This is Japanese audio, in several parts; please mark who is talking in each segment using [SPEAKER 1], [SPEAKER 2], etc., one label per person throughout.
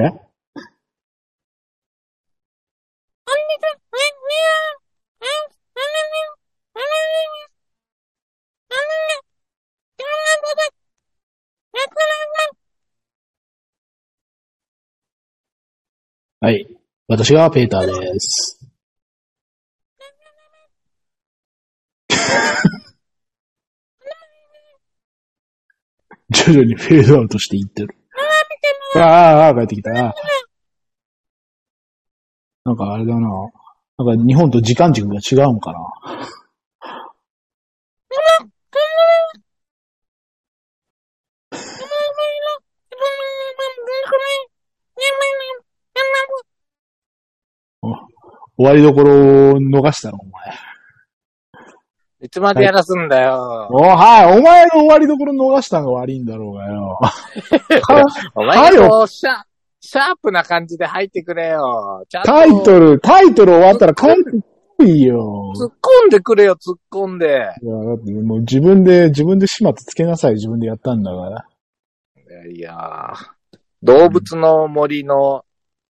[SPEAKER 1] ねはい。私がペーターです。徐々にフェードアウトしていってる。あーあー、あー帰ってきた。あーなんかあれだな。なんか日本と時間軸が違うんかな。終わりどころを逃したの、お前。
[SPEAKER 2] いつまでやらすんだよ。
[SPEAKER 1] おはい、お前の終わりどころ逃したのが悪いんだろうがよ。か
[SPEAKER 2] お前がこう、シャ、シャープな感じで入ってくれよ。ちゃんと。
[SPEAKER 1] タイトル、タイトル終わったら帰ってこいよ。
[SPEAKER 2] 突っ込んでくれよ、突っ込んで。
[SPEAKER 1] いや、だってもう自分で、自分で始末つけなさい、自分でやったんだから。
[SPEAKER 2] いやいや、動物の森の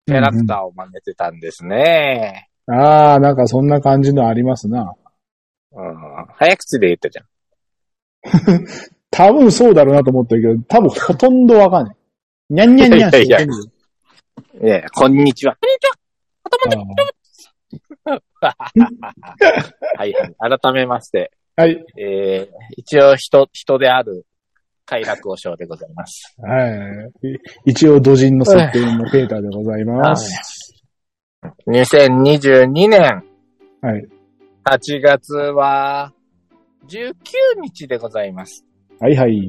[SPEAKER 2] キャラクターを真似てたんですね。
[SPEAKER 1] ああ、なんかそんな感じのありますな。
[SPEAKER 2] うん。早口で言ったじゃん。
[SPEAKER 1] 多分そうだろうなと思ったけど、多分ほとんどわかんない。にゃんにゃんにゃんして言ってんの
[SPEAKER 2] いやいや、こんにちは。はいはい。改めまして、
[SPEAKER 1] あーはい、
[SPEAKER 2] えー、一応人、人である、快楽和尚でございます。
[SPEAKER 1] はい。い一応、土人の設定のペーターでございます。
[SPEAKER 2] 2022年
[SPEAKER 1] はい。
[SPEAKER 2] 8月は19日でございます。
[SPEAKER 1] はいはい。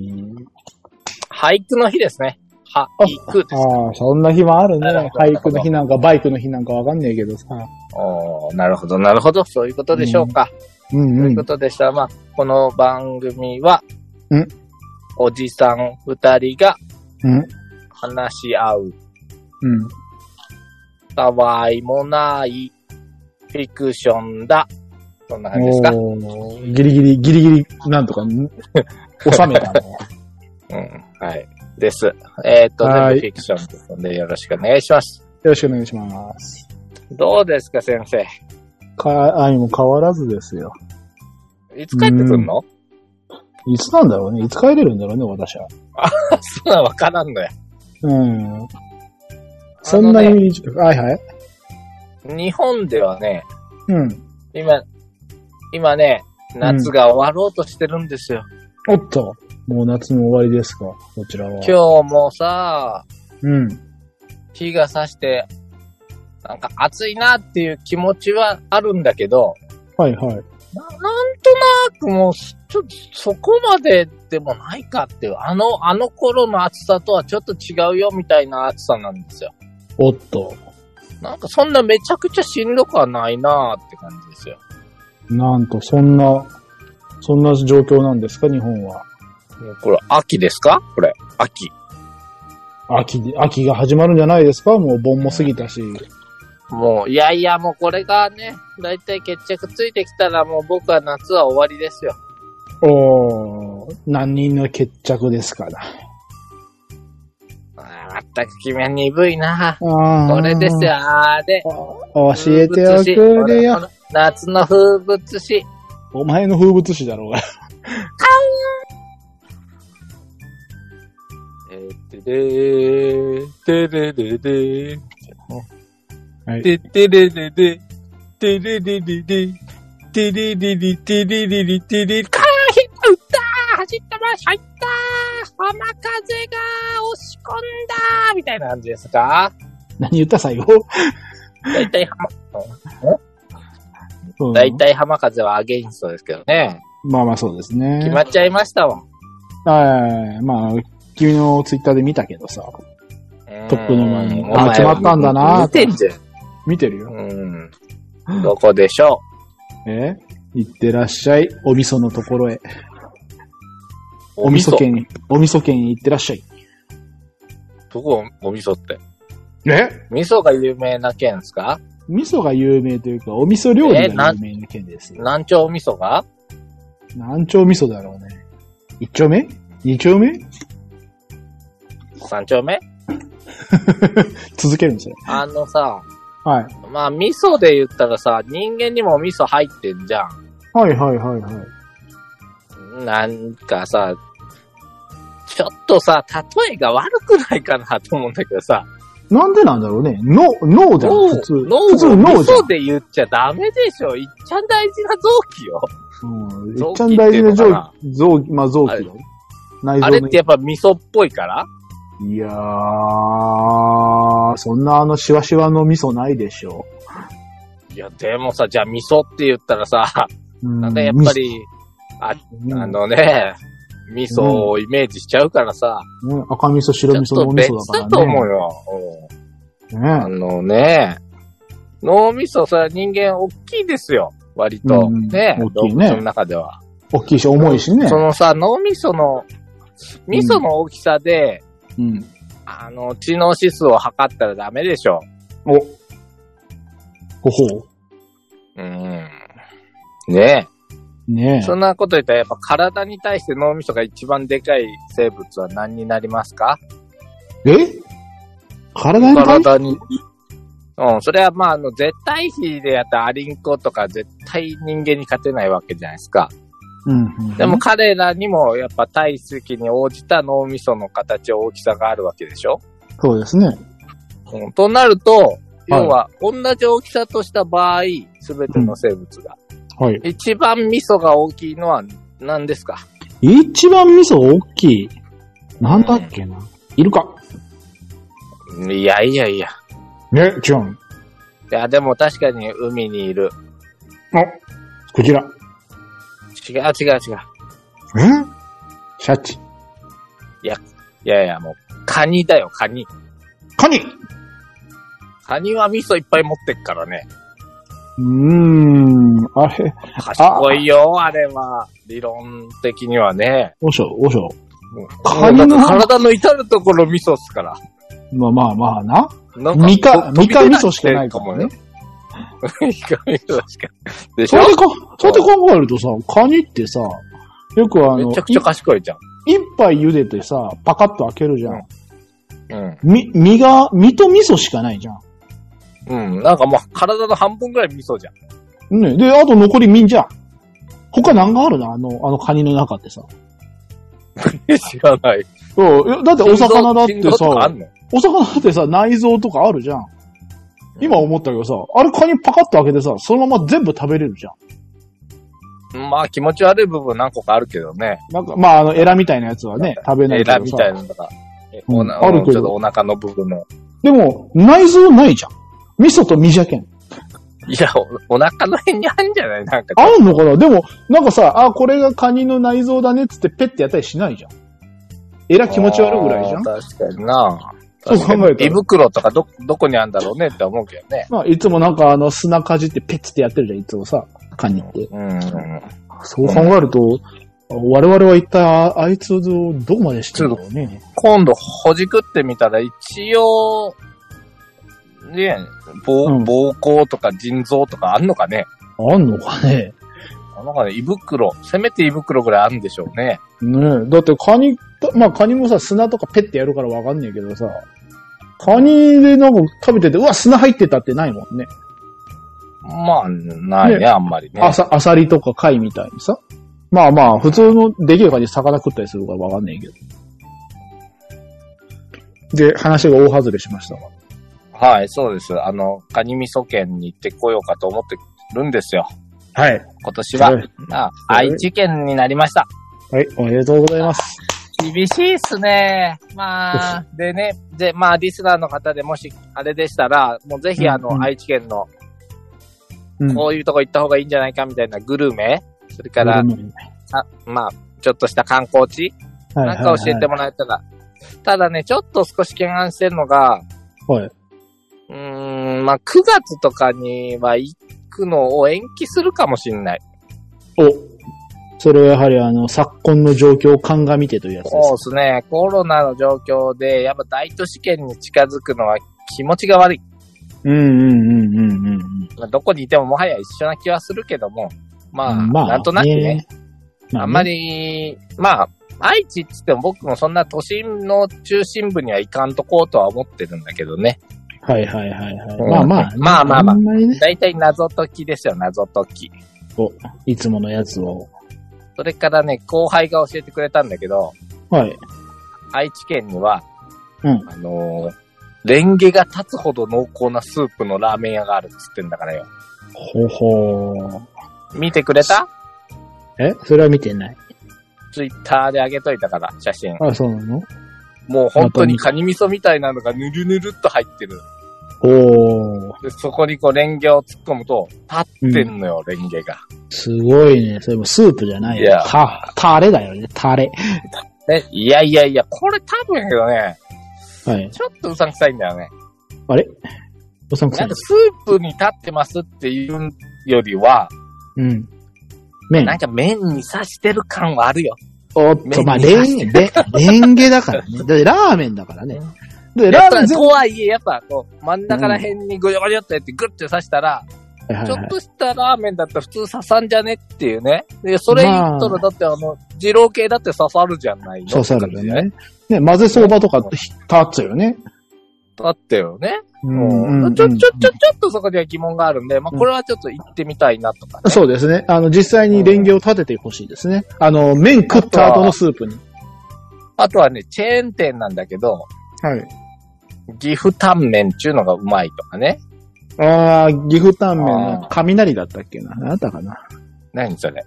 [SPEAKER 2] 俳句の日ですね。俳句です。
[SPEAKER 1] ああ、そんな日もあるね
[SPEAKER 2] なる。ほど
[SPEAKER 1] 俳句の日なんか、バイクの日なんかわかんねえけどさ。
[SPEAKER 2] おーなるほど、なるほど。そういうことでしょうか。
[SPEAKER 1] うん
[SPEAKER 2] と
[SPEAKER 1] う
[SPEAKER 2] いうんこ。とでした。まあ、この番組は、
[SPEAKER 1] うん
[SPEAKER 2] おじさん二人が
[SPEAKER 1] うん。
[SPEAKER 2] 話し合う、
[SPEAKER 1] うん。
[SPEAKER 2] たわいもない、フィクションだ。そんな感じですか。
[SPEAKER 1] おーギリギリ、ギリギリ、なん とか、ん収めたね。
[SPEAKER 2] うん。はい。です。えっ、と、全
[SPEAKER 1] は
[SPEAKER 2] 部
[SPEAKER 1] い
[SPEAKER 2] フィクションですので、よろしくお願いします。
[SPEAKER 1] よろしくお願いします。
[SPEAKER 2] どうですか、先生。
[SPEAKER 1] か、愛も変わらずですよ。
[SPEAKER 2] いつ帰ってくんの
[SPEAKER 1] いつなんだろうね。いつ帰れるんだろうね、私は。
[SPEAKER 2] そんなんわからんのや。
[SPEAKER 1] うん。そんな
[SPEAKER 2] あのね
[SPEAKER 1] に、はいはい。
[SPEAKER 2] 日本ではね、
[SPEAKER 1] うん。
[SPEAKER 2] 今、今ね、夏が終わろうとしてるんですよ。
[SPEAKER 1] おっと。もう夏の終わりですか、こちらは。
[SPEAKER 2] 今日もさ、
[SPEAKER 1] うん。
[SPEAKER 2] 日が差して、なんか暑いなっていう気持ちはあるんだけど、
[SPEAKER 1] はいはい。
[SPEAKER 2] ななんとなくもう、ちょっとそこまででもないかっていう、あの、あの頃の暑さとはちょっと違うよみたいな暑さなんですよ。
[SPEAKER 1] おっと。
[SPEAKER 2] なんかそんなめちゃくちゃしんどくはないなーって感じですよ。
[SPEAKER 1] なんと、そんな、そんな状況なんですか、日本は。
[SPEAKER 2] これ秋ですかこれ、秋。
[SPEAKER 1] 秋で、秋が始まるんじゃないですかもう盆も過ぎたし。
[SPEAKER 2] もう、いやいやもうこれがね、だいたい決着ついてきたらもう僕は夏は終わりですよ。
[SPEAKER 1] おー、何人の決着ですから。
[SPEAKER 2] あー全く君は鈍いな
[SPEAKER 1] あー
[SPEAKER 2] これですよ。。あーで、
[SPEAKER 1] 教えておくれよ。。
[SPEAKER 2] 夏の風物詩。
[SPEAKER 1] お前の風物詩だろうが。
[SPEAKER 2] えー、てれー、てれれれ
[SPEAKER 1] はい
[SPEAKER 2] ー。ててれれれ、てれれれれ、てれれれ、てれれれ、てれれ。かーヒット打ったー走ったま入ったー浜風が押し込んだーみたいな感じですか
[SPEAKER 1] 何言った最 後
[SPEAKER 2] だいたい浜、
[SPEAKER 1] うん
[SPEAKER 2] だいたい浜風はアゲインストですけどね。
[SPEAKER 1] まあまあそうです
[SPEAKER 2] 決
[SPEAKER 1] ね
[SPEAKER 2] ま。っちゃいましたもん。
[SPEAKER 1] はい。まあ、君のツイッターで見たけどさ。トップの前に
[SPEAKER 2] うんお前
[SPEAKER 1] あ決まったんだなー
[SPEAKER 2] 見てんじゃん。
[SPEAKER 1] 見てるよ。
[SPEAKER 2] うん。どこでしょ
[SPEAKER 1] え行ってらっしゃい。お味噌のところへ。
[SPEAKER 2] う
[SPEAKER 1] お味噌。券に、お味噌券に行ってらっしゃい。
[SPEAKER 2] どこお味噌って。
[SPEAKER 1] え
[SPEAKER 2] 味噌が有名な県ですか
[SPEAKER 1] 味噌が有名というか、お味噌料理が有名な県ですよ。
[SPEAKER 2] 南朝味噌が
[SPEAKER 1] 南朝味噌だろうね。一丁目二丁目
[SPEAKER 2] 三丁目
[SPEAKER 1] 続けるんですよ。
[SPEAKER 2] あのさ、
[SPEAKER 1] はい。
[SPEAKER 2] まあ、味噌で言ったらさ、人間にも味噌入ってんじゃん。
[SPEAKER 1] はいはいはいはい。
[SPEAKER 2] なんかさ、ちょっとさ、例えが悪くないかなと思うんだけどさ、
[SPEAKER 1] なんでなんだろうね。脳、脳じゃん。
[SPEAKER 2] 脳、
[SPEAKER 1] 普通。
[SPEAKER 2] 脳
[SPEAKER 1] 普通
[SPEAKER 2] を
[SPEAKER 1] 脳じゃん
[SPEAKER 2] 嘘で言っちゃダメでしょ。いっちゃん大事な臓器よ。
[SPEAKER 1] うん。
[SPEAKER 2] 臓器
[SPEAKER 1] いっちゃん大事な
[SPEAKER 2] っていう
[SPEAKER 1] 臓
[SPEAKER 2] のか
[SPEAKER 1] 器、臓器、まあ臓器だよ。内臓
[SPEAKER 2] あれっ
[SPEAKER 1] の。
[SPEAKER 2] てやっぱ味噌っぽいから
[SPEAKER 1] いやー、そんなあのシワシワの味噌ないでしょ。
[SPEAKER 2] いや、でもさ、じゃあ味噌って言ったらさ、
[SPEAKER 1] うん
[SPEAKER 2] なんかやっぱ、り、あ、
[SPEAKER 1] 味噌
[SPEAKER 2] あ、のね、味噌をイメージしちゃうからさ、
[SPEAKER 1] うん赤味噌、白味
[SPEAKER 2] ち
[SPEAKER 1] 噌
[SPEAKER 2] ょっ
[SPEAKER 1] の
[SPEAKER 2] と
[SPEAKER 1] 味
[SPEAKER 2] 別
[SPEAKER 1] 噌だ
[SPEAKER 2] だ
[SPEAKER 1] か
[SPEAKER 2] と
[SPEAKER 1] ら
[SPEAKER 2] 思う
[SPEAKER 1] ね。
[SPEAKER 2] よ。うんあ
[SPEAKER 1] ね
[SPEAKER 2] のね、脳みそさ、人間大きいですよ。割
[SPEAKER 1] う
[SPEAKER 2] と。
[SPEAKER 1] ん
[SPEAKER 2] ね
[SPEAKER 1] 大きいね
[SPEAKER 2] 動物の中では。
[SPEAKER 1] 大きいし、重いしね
[SPEAKER 2] そ。のさ、脳みその、味噌の大きさで、
[SPEAKER 1] うん。
[SPEAKER 2] あの、知能指数を測ったらダメでしょ。
[SPEAKER 1] お。ほほ
[SPEAKER 2] うん。ね
[SPEAKER 1] う。ね
[SPEAKER 2] え。そんなこと言ったら、やっぱ体に対して脳みそが一番でかい生物は何になりますか
[SPEAKER 1] え。え体に対して
[SPEAKER 2] 体に。うん、それはまあ、あの、絶対比でやったアリンコとか絶対人間に勝てないわけじゃないですか。
[SPEAKER 1] うんうん
[SPEAKER 2] でも彼らにもやっぱ体積に応じた脳みその形、大きさがあるわけでしょ
[SPEAKER 1] そうですね。
[SPEAKER 2] うんとなると、要は、同じ大きさとした場合、すべての生物が。
[SPEAKER 1] はい。
[SPEAKER 2] 一番味噌が大きいのは何ですか
[SPEAKER 1] 一番味噌大きい。なんだっけな。イルカ。
[SPEAKER 2] いやいやいや。
[SPEAKER 1] ね、違うの。
[SPEAKER 2] いや、でも確かに海にいる。
[SPEAKER 1] おクジラ。
[SPEAKER 2] 違う違う違う。
[SPEAKER 1] えシャチ。
[SPEAKER 2] いやいや、もう、カニだよ、カニ。
[SPEAKER 1] カニ
[SPEAKER 2] カニは味噌いっぱい持ってっからね。
[SPEAKER 1] うーん、あれ、
[SPEAKER 2] 賢いよ、あれは。理論的にはね。
[SPEAKER 1] おしょ、おしょ。
[SPEAKER 2] うん
[SPEAKER 1] カニの
[SPEAKER 2] もうだって体の至るところ味噌っすから。
[SPEAKER 1] まあまあまあな。
[SPEAKER 2] なんか
[SPEAKER 1] ミカ、
[SPEAKER 2] と
[SPEAKER 1] ミカ
[SPEAKER 2] 飛び
[SPEAKER 1] 味
[SPEAKER 2] 出
[SPEAKER 1] 噌
[SPEAKER 2] て
[SPEAKER 1] しかないかもね。。
[SPEAKER 2] ミカ味噌しか。 でし
[SPEAKER 1] そ
[SPEAKER 2] ょ
[SPEAKER 1] れでか、それで考えるとさ、カニってさ、よくあの、
[SPEAKER 2] め
[SPEAKER 1] い
[SPEAKER 2] ちゃくちゃ賢いじゃん。
[SPEAKER 1] 一杯茹でてさ、パカッと開けるじゃん。
[SPEAKER 2] うん。
[SPEAKER 1] み、身が、身と味噌しかないじゃ
[SPEAKER 2] うん。なんかもう体の半分ぐらい味噌じゃん。
[SPEAKER 1] ん。ね、で、あと残り身じゃん。他何があるのあの、あのカニの中ってさ。
[SPEAKER 2] 知らない。
[SPEAKER 1] そういやだってお魚だって
[SPEAKER 2] 心臓とかあ
[SPEAKER 1] さ
[SPEAKER 2] ん、の
[SPEAKER 1] お魚だってさ、内臓とかあるじゃん。今思ったけどさ、あれカニパカッと開けてさ、そのまま全部食べれるじゃん。
[SPEAKER 2] まあ気持ち悪い部分何個かあるけどね。
[SPEAKER 1] なんか、まあ、あの、エラみたいなやつはね、食べない
[SPEAKER 2] エ
[SPEAKER 1] けどさ
[SPEAKER 2] ラみたいなのとか。え
[SPEAKER 1] うん
[SPEAKER 2] おな
[SPEAKER 1] あるけど
[SPEAKER 2] ちょっとお腹の部分の。
[SPEAKER 1] でも、内臓ないじゃん。味噌と身じゃけん。
[SPEAKER 2] いや、おお腹の辺にあるんじゃないなんか。
[SPEAKER 1] あるのかなでも、なんかさ、あ、これがカニの内臓だねっつってペッてやったりしないじゃん。エラ気持ち悪いぐらいじゃん
[SPEAKER 2] あ。ー確かにな。
[SPEAKER 1] そう考えたら
[SPEAKER 2] 確かに胃袋とかど、どこにあるんだろうねって思うけどね。
[SPEAKER 1] まあ、いつもなんかあの、砂かじってペッつってやってるじゃん、いつもさ、カニって。
[SPEAKER 2] うん。
[SPEAKER 1] そう考えると、我々は一体ああいつをどこまで知ってるんだろうね。
[SPEAKER 2] 今度、ほじくってみたら、一応、ね、
[SPEAKER 1] う
[SPEAKER 2] 膀
[SPEAKER 1] ん
[SPEAKER 2] 膀胱とか腎臓とかあんのかね、
[SPEAKER 1] あんのかね
[SPEAKER 2] あんのかね胃袋。せめて胃袋ぐらいあるんでしょうね。
[SPEAKER 1] ねえ。だってカニ、まあカニもさ、砂とかペッてやるからわかんねえけどさ、カニでなんか食べてて、うわ、砂入ってたってないもんね。
[SPEAKER 2] まあ、ないね、
[SPEAKER 1] ね
[SPEAKER 2] あんまりね。
[SPEAKER 1] あさ、アサリとか貝みたいにさ。まあまあ、普通のできる感じで魚食ったりするからわかんないけど。で、話が大外れしましたわ。
[SPEAKER 2] はい、そうです。あの、カニ味噌県に行ってこようかと思ってるんですよ。
[SPEAKER 1] はい。
[SPEAKER 2] 今年は。
[SPEAKER 1] はい
[SPEAKER 2] あ
[SPEAKER 1] はい
[SPEAKER 2] 愛知県になりました。
[SPEAKER 1] はい、おめでとうございます。
[SPEAKER 2] 厳しいっすね。まあ、でね、で、まあ、リスナーの方でもし、あれでしたら、もうぜひ、あの、
[SPEAKER 1] うんうん
[SPEAKER 2] 愛知県の、
[SPEAKER 1] うん
[SPEAKER 2] こういうとこ行った方がいいんじゃないかみたいなグルメ、それから、あまあ、ちょっとした観光地なんか教えて
[SPEAKER 1] も
[SPEAKER 2] もらえたら。ただね、ちょっと少し懸案してるのが、
[SPEAKER 1] はいう
[SPEAKER 2] ーん、まあ、9月とかには行くのを延期するかもしんない。
[SPEAKER 1] お、それはやはりあの、昨今の状況を鑑みてというやつで
[SPEAKER 2] そう
[SPEAKER 1] す
[SPEAKER 2] で。すね、コロナの状況で、やっぱ大都市圏に近づくのは気持ちが悪い。
[SPEAKER 1] うんうんうんうんうんうん。
[SPEAKER 2] まあどこにいてももはや一緒な気はするけども、まあ、なんとなくね、
[SPEAKER 1] まあ
[SPEAKER 2] あんまり、まあ、愛知って言っても僕もそんな都心の中心部には行かんとこうとは思ってるんだけどね。
[SPEAKER 1] はいはいはいはい。
[SPEAKER 2] うん
[SPEAKER 1] まあまあ。
[SPEAKER 2] まあまあまあ
[SPEAKER 1] あんまりね、
[SPEAKER 2] だいたい謎解きですよ、謎解き。
[SPEAKER 1] いつものやつを。
[SPEAKER 2] それからね、後輩が教えてくれたんだけど、
[SPEAKER 1] はい。
[SPEAKER 2] 愛知県には、
[SPEAKER 1] うん
[SPEAKER 2] あのーレンゲが立つほど濃厚なスープのラーメン屋があるっつってんだからよ。
[SPEAKER 1] ほほー。
[SPEAKER 2] 見てくれた
[SPEAKER 1] えそれは見てない。
[SPEAKER 2] ツイッターで上げといたから、写真。
[SPEAKER 1] あ、そうなの
[SPEAKER 2] もう本当にカニ味噌みたいなのがぬるぬるっと入ってる。
[SPEAKER 1] おー。
[SPEAKER 2] でそこにこうレンゲを突っ込むと、立ってんのよ、レンゲが。
[SPEAKER 1] すごいね。それもスープじゃない
[SPEAKER 2] い
[SPEAKER 1] よ
[SPEAKER 2] や。
[SPEAKER 1] た、タレだよね。タレ。
[SPEAKER 2] え、いやいやいや、これ多分やけどね、
[SPEAKER 1] はい。
[SPEAKER 2] ちょっとうさんくさいんだよね。
[SPEAKER 1] あれおさんくさ
[SPEAKER 2] な
[SPEAKER 1] ん
[SPEAKER 2] んか。スープに立ってますっていうよりは、
[SPEAKER 1] うん。麺
[SPEAKER 2] なん。か麺に刺してる感はあるよ。
[SPEAKER 1] おっと、まあ、
[SPEAKER 2] 麺に
[SPEAKER 1] レンゲ、レレンゲだからね。だってラーメンだからね。で、
[SPEAKER 2] や
[SPEAKER 1] ラ
[SPEAKER 2] っ
[SPEAKER 1] ーメ
[SPEAKER 2] ぱ
[SPEAKER 1] ン全
[SPEAKER 2] とはいえ、やっぱこう、真ん中ら辺にぐよぐよっとやってグッて刺したら、
[SPEAKER 1] 部、はい
[SPEAKER 2] ちょ
[SPEAKER 1] はいは
[SPEAKER 2] っ
[SPEAKER 1] い
[SPEAKER 2] としたラーメンだったら普通刺さんじゃねっていうね。で、それ言ったらだってあの、二郎系だって刺さるじゃないの
[SPEAKER 1] そうそうだ
[SPEAKER 2] って感じ
[SPEAKER 1] よね。ね、混ぜそばとか立つよね。
[SPEAKER 2] だったよね。
[SPEAKER 1] う
[SPEAKER 2] うんちょ、ちょ、ちょ、ちょっとそこでは疑問があるんで、まあ、これはちょっと行ってみたいなとか、ね。
[SPEAKER 1] そうですね。あの、実際にレンゲを立ててほしいですね。あの、麺食った後のスープに。
[SPEAKER 2] あとはね、チェーン店なんだけど、
[SPEAKER 1] はい。
[SPEAKER 2] 岐阜タンメンっていうのがうまいとかね。
[SPEAKER 1] あー、岐阜タンメンの雷だったっけな。あったかな。
[SPEAKER 2] 何それ。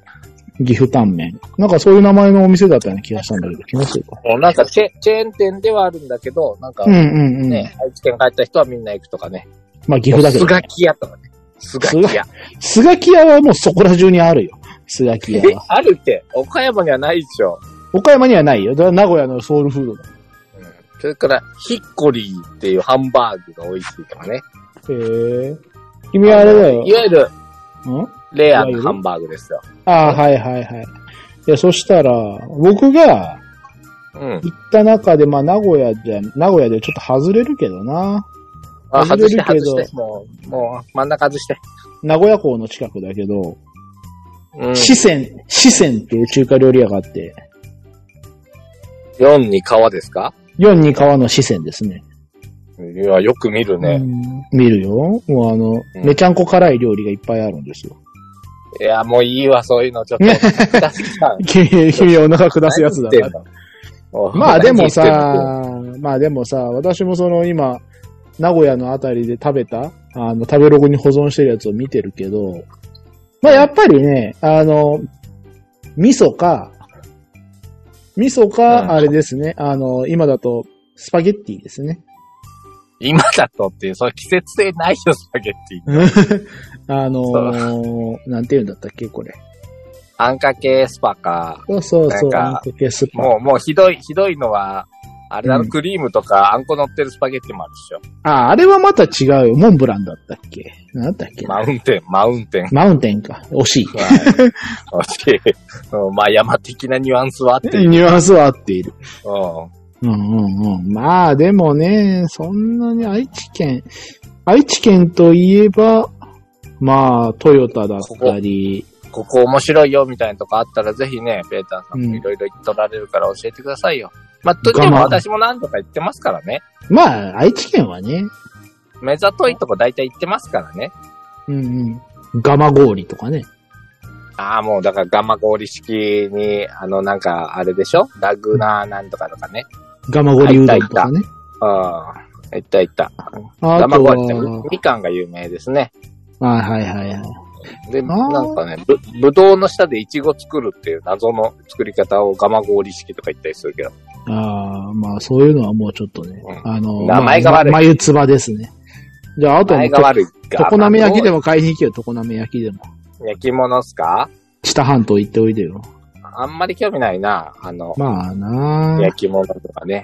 [SPEAKER 1] 岐阜タンメン。なんかそういう名前のお店だったような気がしたんだけど、気のせいか。
[SPEAKER 2] なんかチェチェーン店ではあるんだけど、なんか
[SPEAKER 1] うん
[SPEAKER 2] ね、
[SPEAKER 1] うんうん。
[SPEAKER 2] 愛知県帰った人はみんな行くとかね。
[SPEAKER 1] まあ、岐阜だけど
[SPEAKER 2] ス
[SPEAKER 1] ね、
[SPEAKER 2] ガキ屋とかね。スガキ屋。
[SPEAKER 1] スガキ屋はもうそこら中にあるよ。スガキ屋
[SPEAKER 2] え
[SPEAKER 1] は。
[SPEAKER 2] あるって、岡山にはないでしょ。
[SPEAKER 1] 岡山にはないよ。だから名古屋のソウルフードだ。
[SPEAKER 2] うん。それから、ヒッコリーっていうハンバーグが美味しいとかね。
[SPEAKER 1] へえ。君はあれだよ。
[SPEAKER 2] いわゆる、
[SPEAKER 1] ん
[SPEAKER 2] レアなハンバーグですよ。
[SPEAKER 1] ああ、はいはいはい。いや、そしたら、僕が
[SPEAKER 2] うん。
[SPEAKER 1] 行った中で、まあ、名古屋じゃ、名古屋でちょっと外れるけどな。
[SPEAKER 2] あ、
[SPEAKER 1] 外れる
[SPEAKER 2] 外し
[SPEAKER 1] け
[SPEAKER 2] て、
[SPEAKER 1] ど
[SPEAKER 2] 外して。もう、もう、真ん中外して。
[SPEAKER 1] 名古屋港の近くだけど、
[SPEAKER 2] うん。
[SPEAKER 1] 四川、四川っていう中華料理屋があって、
[SPEAKER 2] 4に川ですか
[SPEAKER 1] 四に川の四川ですね。
[SPEAKER 2] いや、よく見るね。
[SPEAKER 1] うん見るよ。もうあの、
[SPEAKER 2] うん
[SPEAKER 1] めちゃんこ辛い料理がいっぱいあるんですよ。
[SPEAKER 2] いや、もういいわ、そういうの。ちょっと、出してきた。
[SPEAKER 1] 君、君お腹下すやつだな。 まあでも
[SPEAKER 2] 何言ってんの、
[SPEAKER 1] さ、まあでもさ、私もその今、名古屋のあたりで食べた、あの、食べログに保存してるやつを見てるけど、まあやっぱりね、あの、味噌か、味噌
[SPEAKER 2] うん
[SPEAKER 1] か、あれですね、あの、今だと、スパゲッティですね。
[SPEAKER 2] 今だとっていう、そういう季節性ないよ、スパゲッティ。
[SPEAKER 1] あのー、なんて言うんだったっけ、これ。
[SPEAKER 2] あんかけスパか。
[SPEAKER 1] そうそうそう、
[SPEAKER 2] なんか
[SPEAKER 1] あんかけスパ。
[SPEAKER 2] もう、もうひどい、ひどいのは、あれだ
[SPEAKER 1] う
[SPEAKER 2] ろ、
[SPEAKER 1] ん
[SPEAKER 2] クリームとか、あんこ乗ってるスパゲッティもあるでし
[SPEAKER 1] あ、あれはまた違うよ。モンブランだったっけなんだったっけ
[SPEAKER 2] ょ。マウンテン、マウン テン。
[SPEAKER 1] マウンテンか。惜しい。
[SPEAKER 2] はい。惜しい。うんまあ、山的なニュアンスはあってる。
[SPEAKER 1] ニュアンスは合っている。
[SPEAKER 2] うん。
[SPEAKER 1] うんうんうん。まあでもね、そんなに愛知県、愛知県といえば、まあトヨタだったり、
[SPEAKER 2] ここ面白いよみたいなとこあったらぜひね、ペーターさんもいろいろ言っとられるから教えてくださいよ。まあ、とでも
[SPEAKER 1] 我慢
[SPEAKER 2] 私も何度か行ってますからね。
[SPEAKER 1] まあ愛知県はね、
[SPEAKER 2] 目ざといとこ大体行ってますからね。
[SPEAKER 1] うんうん。ガマゴーリとかね。
[SPEAKER 2] ああ、もうだからガマゴリ式に、あのなんかあれでしょラグナーなんとかとかね。
[SPEAKER 1] ガマゴリうどんとかね。
[SPEAKER 2] うん。行った行った。
[SPEAKER 1] あ
[SPEAKER 2] ガマ
[SPEAKER 1] と
[SPEAKER 2] ゴリって
[SPEAKER 1] は、
[SPEAKER 2] みかんが有名ですね。
[SPEAKER 1] あはいはいはい。
[SPEAKER 2] で、
[SPEAKER 1] ー
[SPEAKER 2] なんかね、ぶ、ぶどうの下でイチゴ作るっていう謎の作り方をガマゴリ式とか言ったりするけど。
[SPEAKER 1] ああ、まあそういうのはもうちょっとね、
[SPEAKER 2] うん
[SPEAKER 1] あの、
[SPEAKER 2] 名前が悪い
[SPEAKER 1] まあ眉唾ですね。じゃああとはも
[SPEAKER 2] 前
[SPEAKER 1] う
[SPEAKER 2] が悪い。
[SPEAKER 1] と、常滑焼きで
[SPEAKER 2] も。
[SPEAKER 1] も買いに行けよ、常滑焼きでも。
[SPEAKER 2] 焼き物っすか
[SPEAKER 1] 知多半島行っておいでよ。
[SPEAKER 2] あんまり興味ないな。あの、
[SPEAKER 1] まあなあ
[SPEAKER 2] 焼き物とかね。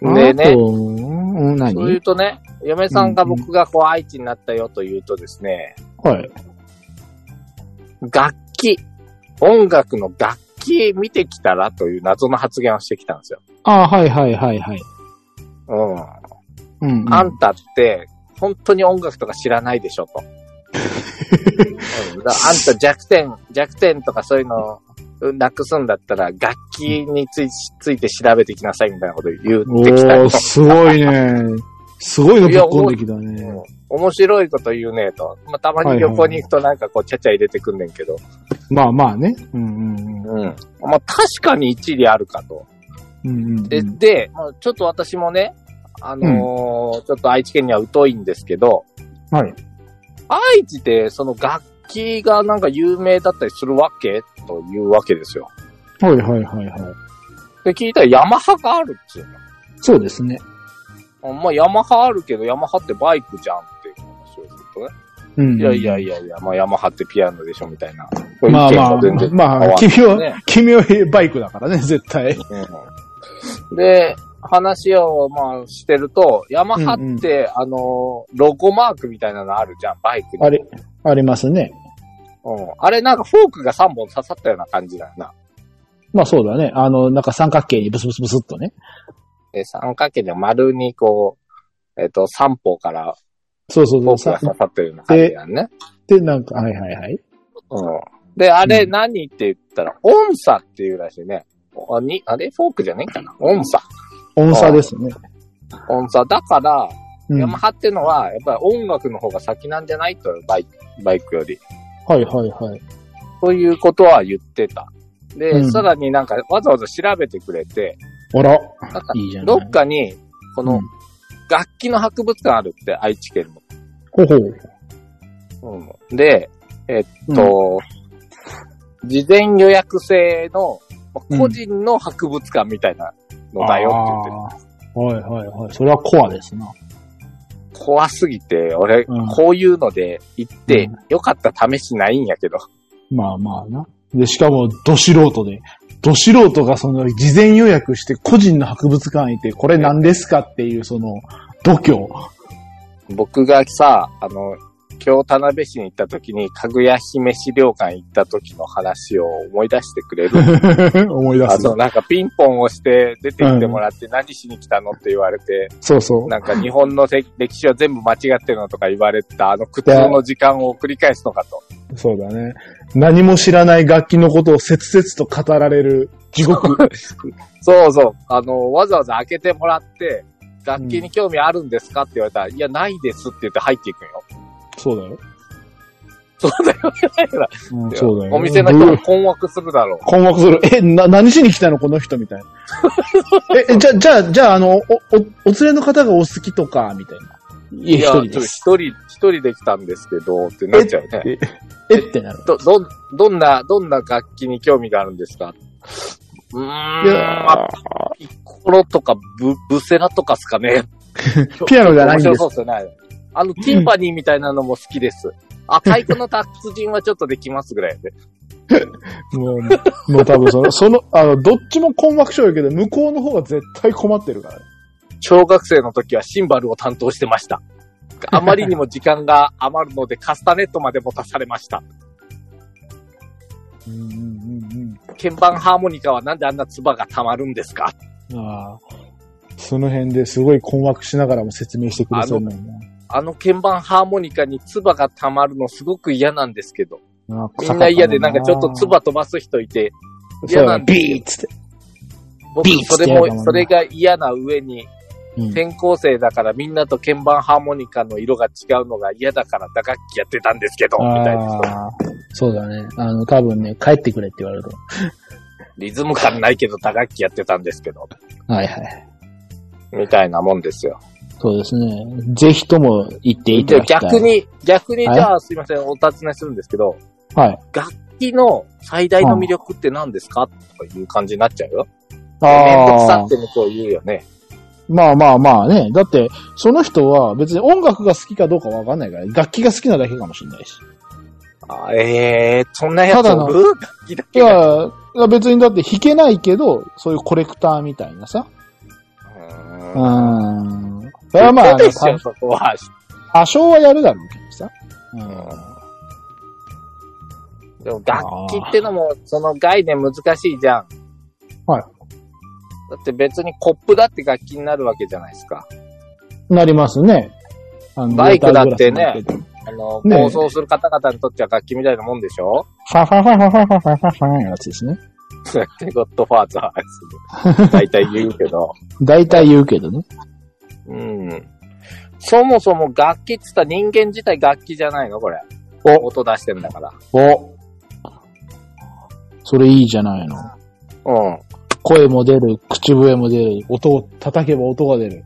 [SPEAKER 2] で
[SPEAKER 1] あ
[SPEAKER 2] ね
[SPEAKER 1] と、、うん何
[SPEAKER 2] そういうとね、嫁さんが僕がこう愛知になったよと言うとですね、
[SPEAKER 1] はい。
[SPEAKER 2] 楽器、音楽の楽器見てきたらという謎の発言をしてきたんですよ。
[SPEAKER 1] ああ、はいはいはいはい。
[SPEAKER 2] う
[SPEAKER 1] うん、うん
[SPEAKER 2] ん。あんたって、本当に音楽とか知らない でしょと。うんだからあんた弱点、弱点とかそういうのなくすんだったら、楽器についついて調べてきなさいみたいなこと言
[SPEAKER 1] お
[SPEAKER 2] ってきた
[SPEAKER 1] ー、
[SPEAKER 2] り
[SPEAKER 1] すごい ね。すごいのぶっ込んできたね。
[SPEAKER 2] 面白いこと言うねえと。まあ、たまに旅行に行くとなんかこう、ちゃちゃ入れてくんねんけど。
[SPEAKER 1] まあまあね。うんうんうん。
[SPEAKER 2] うん。まあ、確かに一理あるかと。
[SPEAKER 1] うんうんうん
[SPEAKER 2] で、で、まあちょっと私もね、あのーちょっと愛知県には疎いんですけど、
[SPEAKER 1] はい。
[SPEAKER 2] 愛知でその楽器がなんか有名だったりするわけというわけですよ。
[SPEAKER 1] はいはいはいはい。
[SPEAKER 2] で、聞いたらヤマハがあるっつう
[SPEAKER 1] そうですね。
[SPEAKER 2] の。まあ、ヤマハあるけど、ヤマハってバイクじゃんっていう話をするとね。
[SPEAKER 1] うんうん。
[SPEAKER 2] いやいやいやいや、まあ、ヤマハってピアノでしょみたいな。
[SPEAKER 1] まあまあ
[SPEAKER 2] 意見が全然、
[SPEAKER 1] ま
[SPEAKER 2] 合
[SPEAKER 1] あ、
[SPEAKER 2] わ
[SPEAKER 1] 君
[SPEAKER 2] ない
[SPEAKER 1] は、
[SPEAKER 2] ね。
[SPEAKER 1] 君はバイクだからね、絶対。
[SPEAKER 2] うんで、話を、まあ、してると、ヤマハって、
[SPEAKER 1] うんうん
[SPEAKER 2] あの、ロゴマークみたいなのあるじゃん、バイクに。
[SPEAKER 1] あれ、ありますね。
[SPEAKER 2] うん。あれ、なんかフォークが3本刺さったような感じだよな。
[SPEAKER 1] まあそうだね。あの、なんか三角形にブスブスブスっとね。
[SPEAKER 2] で、三角形で丸にこう、えっ、と、3方から
[SPEAKER 1] そうそう
[SPEAKER 2] フォ
[SPEAKER 1] そう
[SPEAKER 2] ークが
[SPEAKER 1] さ。
[SPEAKER 2] 刺さったような感じだね。
[SPEAKER 1] で、なんか、はいはいはい。
[SPEAKER 2] うん。で、あれ
[SPEAKER 1] うん
[SPEAKER 2] 何って言ったら、音差っていうらしいね。あにあれフォークじゃねえかな音差。
[SPEAKER 1] 音差ですね。
[SPEAKER 2] 音差。だから、
[SPEAKER 1] うん。
[SPEAKER 2] ヤマ
[SPEAKER 1] は
[SPEAKER 2] ハってのは、やっぱり音楽の方が先なんじゃないと、バイク、バイクより。
[SPEAKER 1] いはいはい。
[SPEAKER 2] ということは言ってた。で、
[SPEAKER 1] うん
[SPEAKER 2] さらになんかわざわざ調べてくれて、
[SPEAKER 1] あら、
[SPEAKER 2] なんか
[SPEAKER 1] いいじゃな
[SPEAKER 2] ど
[SPEAKER 1] い。
[SPEAKER 2] っかに、こ
[SPEAKER 1] う
[SPEAKER 2] の
[SPEAKER 1] ん
[SPEAKER 2] 楽器の博物館あるって、愛知県
[SPEAKER 1] ほほう。
[SPEAKER 2] の。うん、で、えっと、事前予約制の、ま
[SPEAKER 1] うん
[SPEAKER 2] 個人の博物館みたいなのだよって言ってる。
[SPEAKER 1] あーはいはいはい。それはコアですな。
[SPEAKER 2] 怖すぎて、俺、
[SPEAKER 1] うん
[SPEAKER 2] こういうので行って、
[SPEAKER 1] うん
[SPEAKER 2] よかった試しないんやけど。
[SPEAKER 1] まあまあな。で、しかも、ど素人で。ど素人がその、事前予約して個人の博物館行って、これ何ですかっていう、その、度胸。
[SPEAKER 2] 僕がさ、あの、今日田辺市に行った時に、かぐや姫資料館行った時の話を思い出してくれる。
[SPEAKER 1] 思い出
[SPEAKER 2] あ
[SPEAKER 1] す。
[SPEAKER 2] の、なんかピンポン押して出てきてもらって何しに来たのって言われて、
[SPEAKER 1] そうそう。
[SPEAKER 2] なんか日本の歴歴史は全部間違ってるのとか言われてた、あの苦痛の時間を繰り返すのかと。
[SPEAKER 1] そうだね。何も知らない楽器のことを切々と語られる地獄。
[SPEAKER 2] そうそう。あの、わざわざ開けてもらって、楽器に興味あるんですかって言われたら、いや、ないですって言って入っていくん よ。
[SPEAKER 1] そうだよ。
[SPEAKER 2] そうだよ、そうだよ
[SPEAKER 1] うん、そうだよ。
[SPEAKER 2] お店の人も困惑するだろう。
[SPEAKER 1] 困惑する。え、な、何しに来たのこの人みたい な。え、えじゃ、じゃあ、じゃあ、あの、お、お、お連れの方がお好きとか、みたいな。い
[SPEAKER 2] い
[SPEAKER 1] や、
[SPEAKER 2] や、
[SPEAKER 1] 一
[SPEAKER 2] ちょっ
[SPEAKER 1] 人
[SPEAKER 2] と
[SPEAKER 1] で
[SPEAKER 2] 一
[SPEAKER 1] す。
[SPEAKER 2] 人、一人で来たんですけど、ってなっちゃうよね。
[SPEAKER 1] えってなる。
[SPEAKER 2] ど、どん、どんな、どんな楽器に興味があるんですかうーん、
[SPEAKER 1] いや
[SPEAKER 2] まあ、ピッコロとかブ、ブセラとかっすかね。
[SPEAKER 1] ピアノじゃないん
[SPEAKER 2] 面
[SPEAKER 1] で
[SPEAKER 2] 白
[SPEAKER 1] す
[SPEAKER 2] そう。っすよね。あの、ティンパニーみたいなのも好きです。あ、太鼓の達人はちょっとできますぐらいで。
[SPEAKER 1] もう、 もう多分その、その、あの、どっちも困惑症やけど、向こうの方が絶対困ってるから。
[SPEAKER 2] 小学生の時はシンバルを担当してました。あまりにも時間が余るのでカスタネットまで持たされました。
[SPEAKER 1] うんうん
[SPEAKER 2] 鍵盤ハーモニカはなんであんな唾が溜まるんですか
[SPEAKER 1] うんうん。ああ。その辺ですごい困惑しながらも説明してくれそうなんだ
[SPEAKER 2] あの鍵盤ハーモニカに唾が溜まるのすごく嫌なんですけど。
[SPEAKER 1] な。
[SPEAKER 2] みんな嫌でなんかちょっと唾飛ばす人いて、
[SPEAKER 1] そう
[SPEAKER 2] 嫌
[SPEAKER 1] だ
[SPEAKER 2] な
[SPEAKER 1] ね
[SPEAKER 2] んです
[SPEAKER 1] ビーッつって。
[SPEAKER 2] 僕
[SPEAKER 1] ビーッつっ
[SPEAKER 2] そ
[SPEAKER 1] てや
[SPEAKER 2] れ
[SPEAKER 1] るかもな
[SPEAKER 2] も、それが嫌な上に、
[SPEAKER 1] うん
[SPEAKER 2] 転校生だからみんなと鍵盤ハーモニカの色が違うのが嫌だから打楽器やってたんですけど、みたいな。
[SPEAKER 1] ああ。そうだね。あの、多分ね、帰ってくれって言われると。
[SPEAKER 2] リズム感ないけど打楽器やってたんですけど、
[SPEAKER 1] はいはい。
[SPEAKER 2] みたいなもんですよ。
[SPEAKER 1] そうですね。ぜひとも行っていた
[SPEAKER 2] で
[SPEAKER 1] だきたい。
[SPEAKER 2] 逆。に、逆にじ
[SPEAKER 1] はい
[SPEAKER 2] ゃあすいません、お尋ねするんですけど、
[SPEAKER 1] はい。
[SPEAKER 2] 楽器の最大の魅力って何ですかとかいう感じになっちゃうよ。めんどくさ
[SPEAKER 1] ああ
[SPEAKER 2] っ。て向こう言うよね。
[SPEAKER 1] まあまあまあね。だって、その人は別に音楽が好きかどうかわかんないから、楽器が好きなだけかもしれないし。
[SPEAKER 2] あええー、そんなや
[SPEAKER 1] た
[SPEAKER 2] つ
[SPEAKER 1] だの
[SPEAKER 2] おる楽器だ
[SPEAKER 1] い
[SPEAKER 2] けが。
[SPEAKER 1] や、いや別にだって弾けないけど、そういうコレクターみたいなさ。う
[SPEAKER 2] うん
[SPEAKER 1] ーん。それはまあ、あ
[SPEAKER 2] そう
[SPEAKER 1] の
[SPEAKER 2] ですよ、そこは。
[SPEAKER 1] 多少はやるだろうけどさ。うん。
[SPEAKER 2] でも楽器ってのも、その概念難しいじゃん。
[SPEAKER 1] はい。
[SPEAKER 2] だって別にコップだって楽器になるわけじゃないですか。
[SPEAKER 1] なりますね。あの
[SPEAKER 2] バイクだってね
[SPEAKER 1] ウェイターグラスになるけど
[SPEAKER 2] あの、
[SPEAKER 1] ねえ
[SPEAKER 2] 構想する方々にとっては楽器みたいなもんでしょ
[SPEAKER 1] ファファファファファファファファファのやつですね。
[SPEAKER 2] そうやってゴッドファーザーですね。大体言うけど。
[SPEAKER 1] 大体言うけどね。
[SPEAKER 2] うん。そもそも楽器っつったら人間自体楽器じゃないのこれ。
[SPEAKER 1] お
[SPEAKER 2] 音出してんだから。
[SPEAKER 1] おそれいいじゃないの。
[SPEAKER 2] うん。
[SPEAKER 1] 声も出る、口笛も出る、音を叩けば音が出る。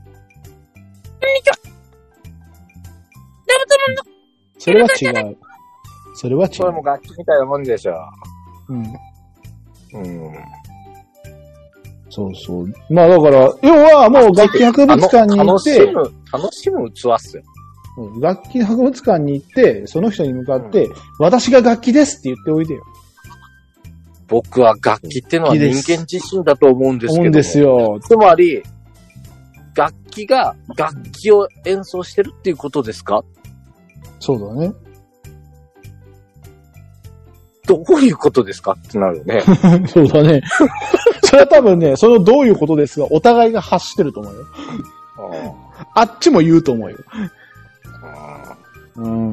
[SPEAKER 1] それは違う。 それは違
[SPEAKER 2] それ
[SPEAKER 1] う
[SPEAKER 2] も。楽器みたいなもんでしょ。
[SPEAKER 1] うん。
[SPEAKER 2] うん。
[SPEAKER 1] そうそう。まあだから、要はもう楽器博物館に
[SPEAKER 2] あの
[SPEAKER 1] 行っ、
[SPEAKER 2] 楽してむ、楽しむ器っすよ。
[SPEAKER 1] うん楽器博物館に行って、その人に向かって、私が楽器ですって言っておいでよ。
[SPEAKER 2] 僕は楽器ってのは
[SPEAKER 1] 楽器
[SPEAKER 2] 人
[SPEAKER 1] です
[SPEAKER 2] 間自身だと思うんですけど
[SPEAKER 1] 思
[SPEAKER 2] も。
[SPEAKER 1] うんですよ。
[SPEAKER 2] つまり、楽器が楽器を演奏してるっていうことですか
[SPEAKER 1] そうだね。
[SPEAKER 2] どういうことですかってなる よね。
[SPEAKER 1] そうだね。それは多分ね、そのどういうことですが、お互いが発してると思うよ。あっちも言うと思うよ。うん。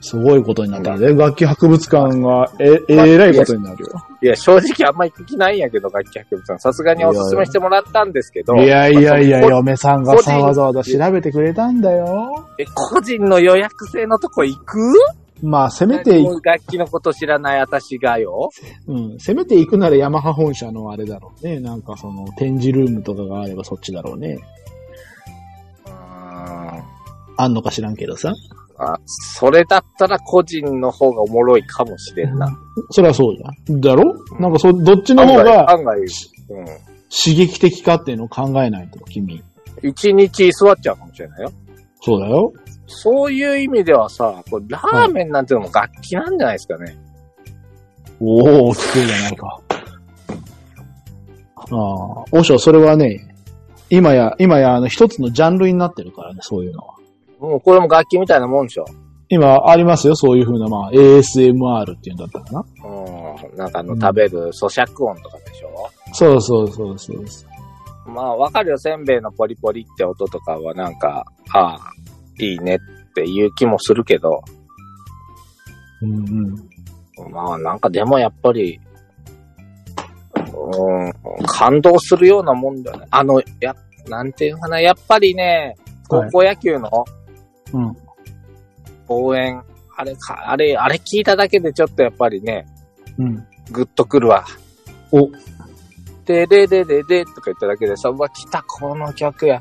[SPEAKER 1] すごいことになってるね。楽器博物館が、え、えらいことになるよ。
[SPEAKER 2] いや、正直あんまり聞きないんやけど、楽器博物館。さすがにおすすめしてもらったんですけど。
[SPEAKER 1] いやいやいや、
[SPEAKER 2] まあその
[SPEAKER 1] 嫁さんがさわざわざ調べてくれたんだよ。
[SPEAKER 2] え個人の予約制のとこ行く
[SPEAKER 1] まあ、せめてい、
[SPEAKER 2] 何も楽器のこと知らない私がよ。
[SPEAKER 1] うん、せめて行くならヤマハ本社のあれだろうね。なんかその、展示ルームとかがあればそっちだろうね。あんのか知らんけどさ。
[SPEAKER 2] あ、それだったら個人の方がおもろいかもしれんな。
[SPEAKER 1] そりゃそうじゃん。だろなんかそ、どっちの方が
[SPEAKER 2] 案外、案外
[SPEAKER 1] 刺激的かっていうのを考えないと、君。
[SPEAKER 2] うん。一日居座っちゃうかもしれないよ。
[SPEAKER 1] そうだよ。
[SPEAKER 2] そういう意味ではさ、これラーメンなんてのも楽器なんじゃないですかね。
[SPEAKER 1] おお、きついじゃないか。ああ、おしょ、それはね、今や、今や、あの、一つのジャンルになってるからね、そういうのは。
[SPEAKER 2] もうこれも楽器みたいなもんでしょ。
[SPEAKER 1] 今、ありますよ、そういう風な、まあ、ASMR っていうんだったかな。
[SPEAKER 2] うん。なんかあの、
[SPEAKER 1] うん
[SPEAKER 2] 食べる咀嚼音とかでしょ。
[SPEAKER 1] そうそうそうそうそう。
[SPEAKER 2] まあ、わかるよ。せんべいのポリポリって音とかはなんか、ああ、いいねっていう気もするけど、
[SPEAKER 1] うんうん。
[SPEAKER 2] まあ、なんかでもやっぱり、うん、感動するようなもんだよね。あの、や、なんていうのかな。やっぱりね、高
[SPEAKER 1] はい
[SPEAKER 2] 校野球の、
[SPEAKER 1] うん。
[SPEAKER 2] 応援、あれか、あれ、あれ聞いただけでちょっとやっぱりね、
[SPEAKER 1] うん。
[SPEAKER 2] グッとくるわ。
[SPEAKER 1] お、
[SPEAKER 2] で、で、で、で、で、とか言っただけでさ、うわ、来た、この曲や。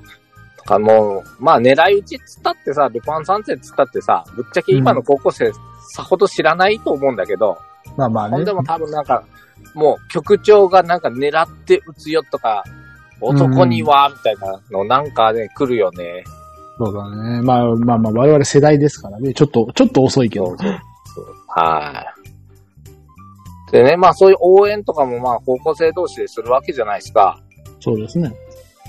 [SPEAKER 2] とかもう、まあ狙い撃ちっつったってさ、ルパン三世っつったってさ、ぶっちゃけ今の高校生、さほど知らないと思うんだけど、
[SPEAKER 1] まあまあ
[SPEAKER 2] ほん
[SPEAKER 1] ね
[SPEAKER 2] で。も多分なんか、もう曲調がなんか狙って打つよとか、男には、みたいなのなんかね、来るよね。
[SPEAKER 1] そうだね。まあまあまあ、我々世代ですからね。ちょっと、ちょっと遅いけど。
[SPEAKER 2] はい。でね、まあそういう応援とかもまあ高校生同士でするわけじゃないですか。
[SPEAKER 1] そうですね。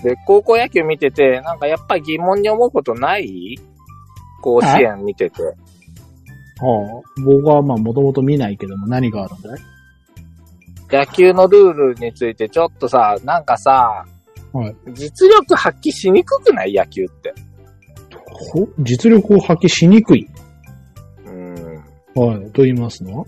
[SPEAKER 2] で、高校野球見てて、なんかやっぱり疑問に思うことない甲子園見てて。
[SPEAKER 1] はあ、僕はまあ、もともと見ないけども、何があるんだい
[SPEAKER 2] 野球のルールについてちょっとさ、なんかさ、
[SPEAKER 1] はい
[SPEAKER 2] 実力発揮しにくくない野球って。
[SPEAKER 1] ほ実力を発揮しにくい。
[SPEAKER 2] うん。
[SPEAKER 1] はい。と言いますのは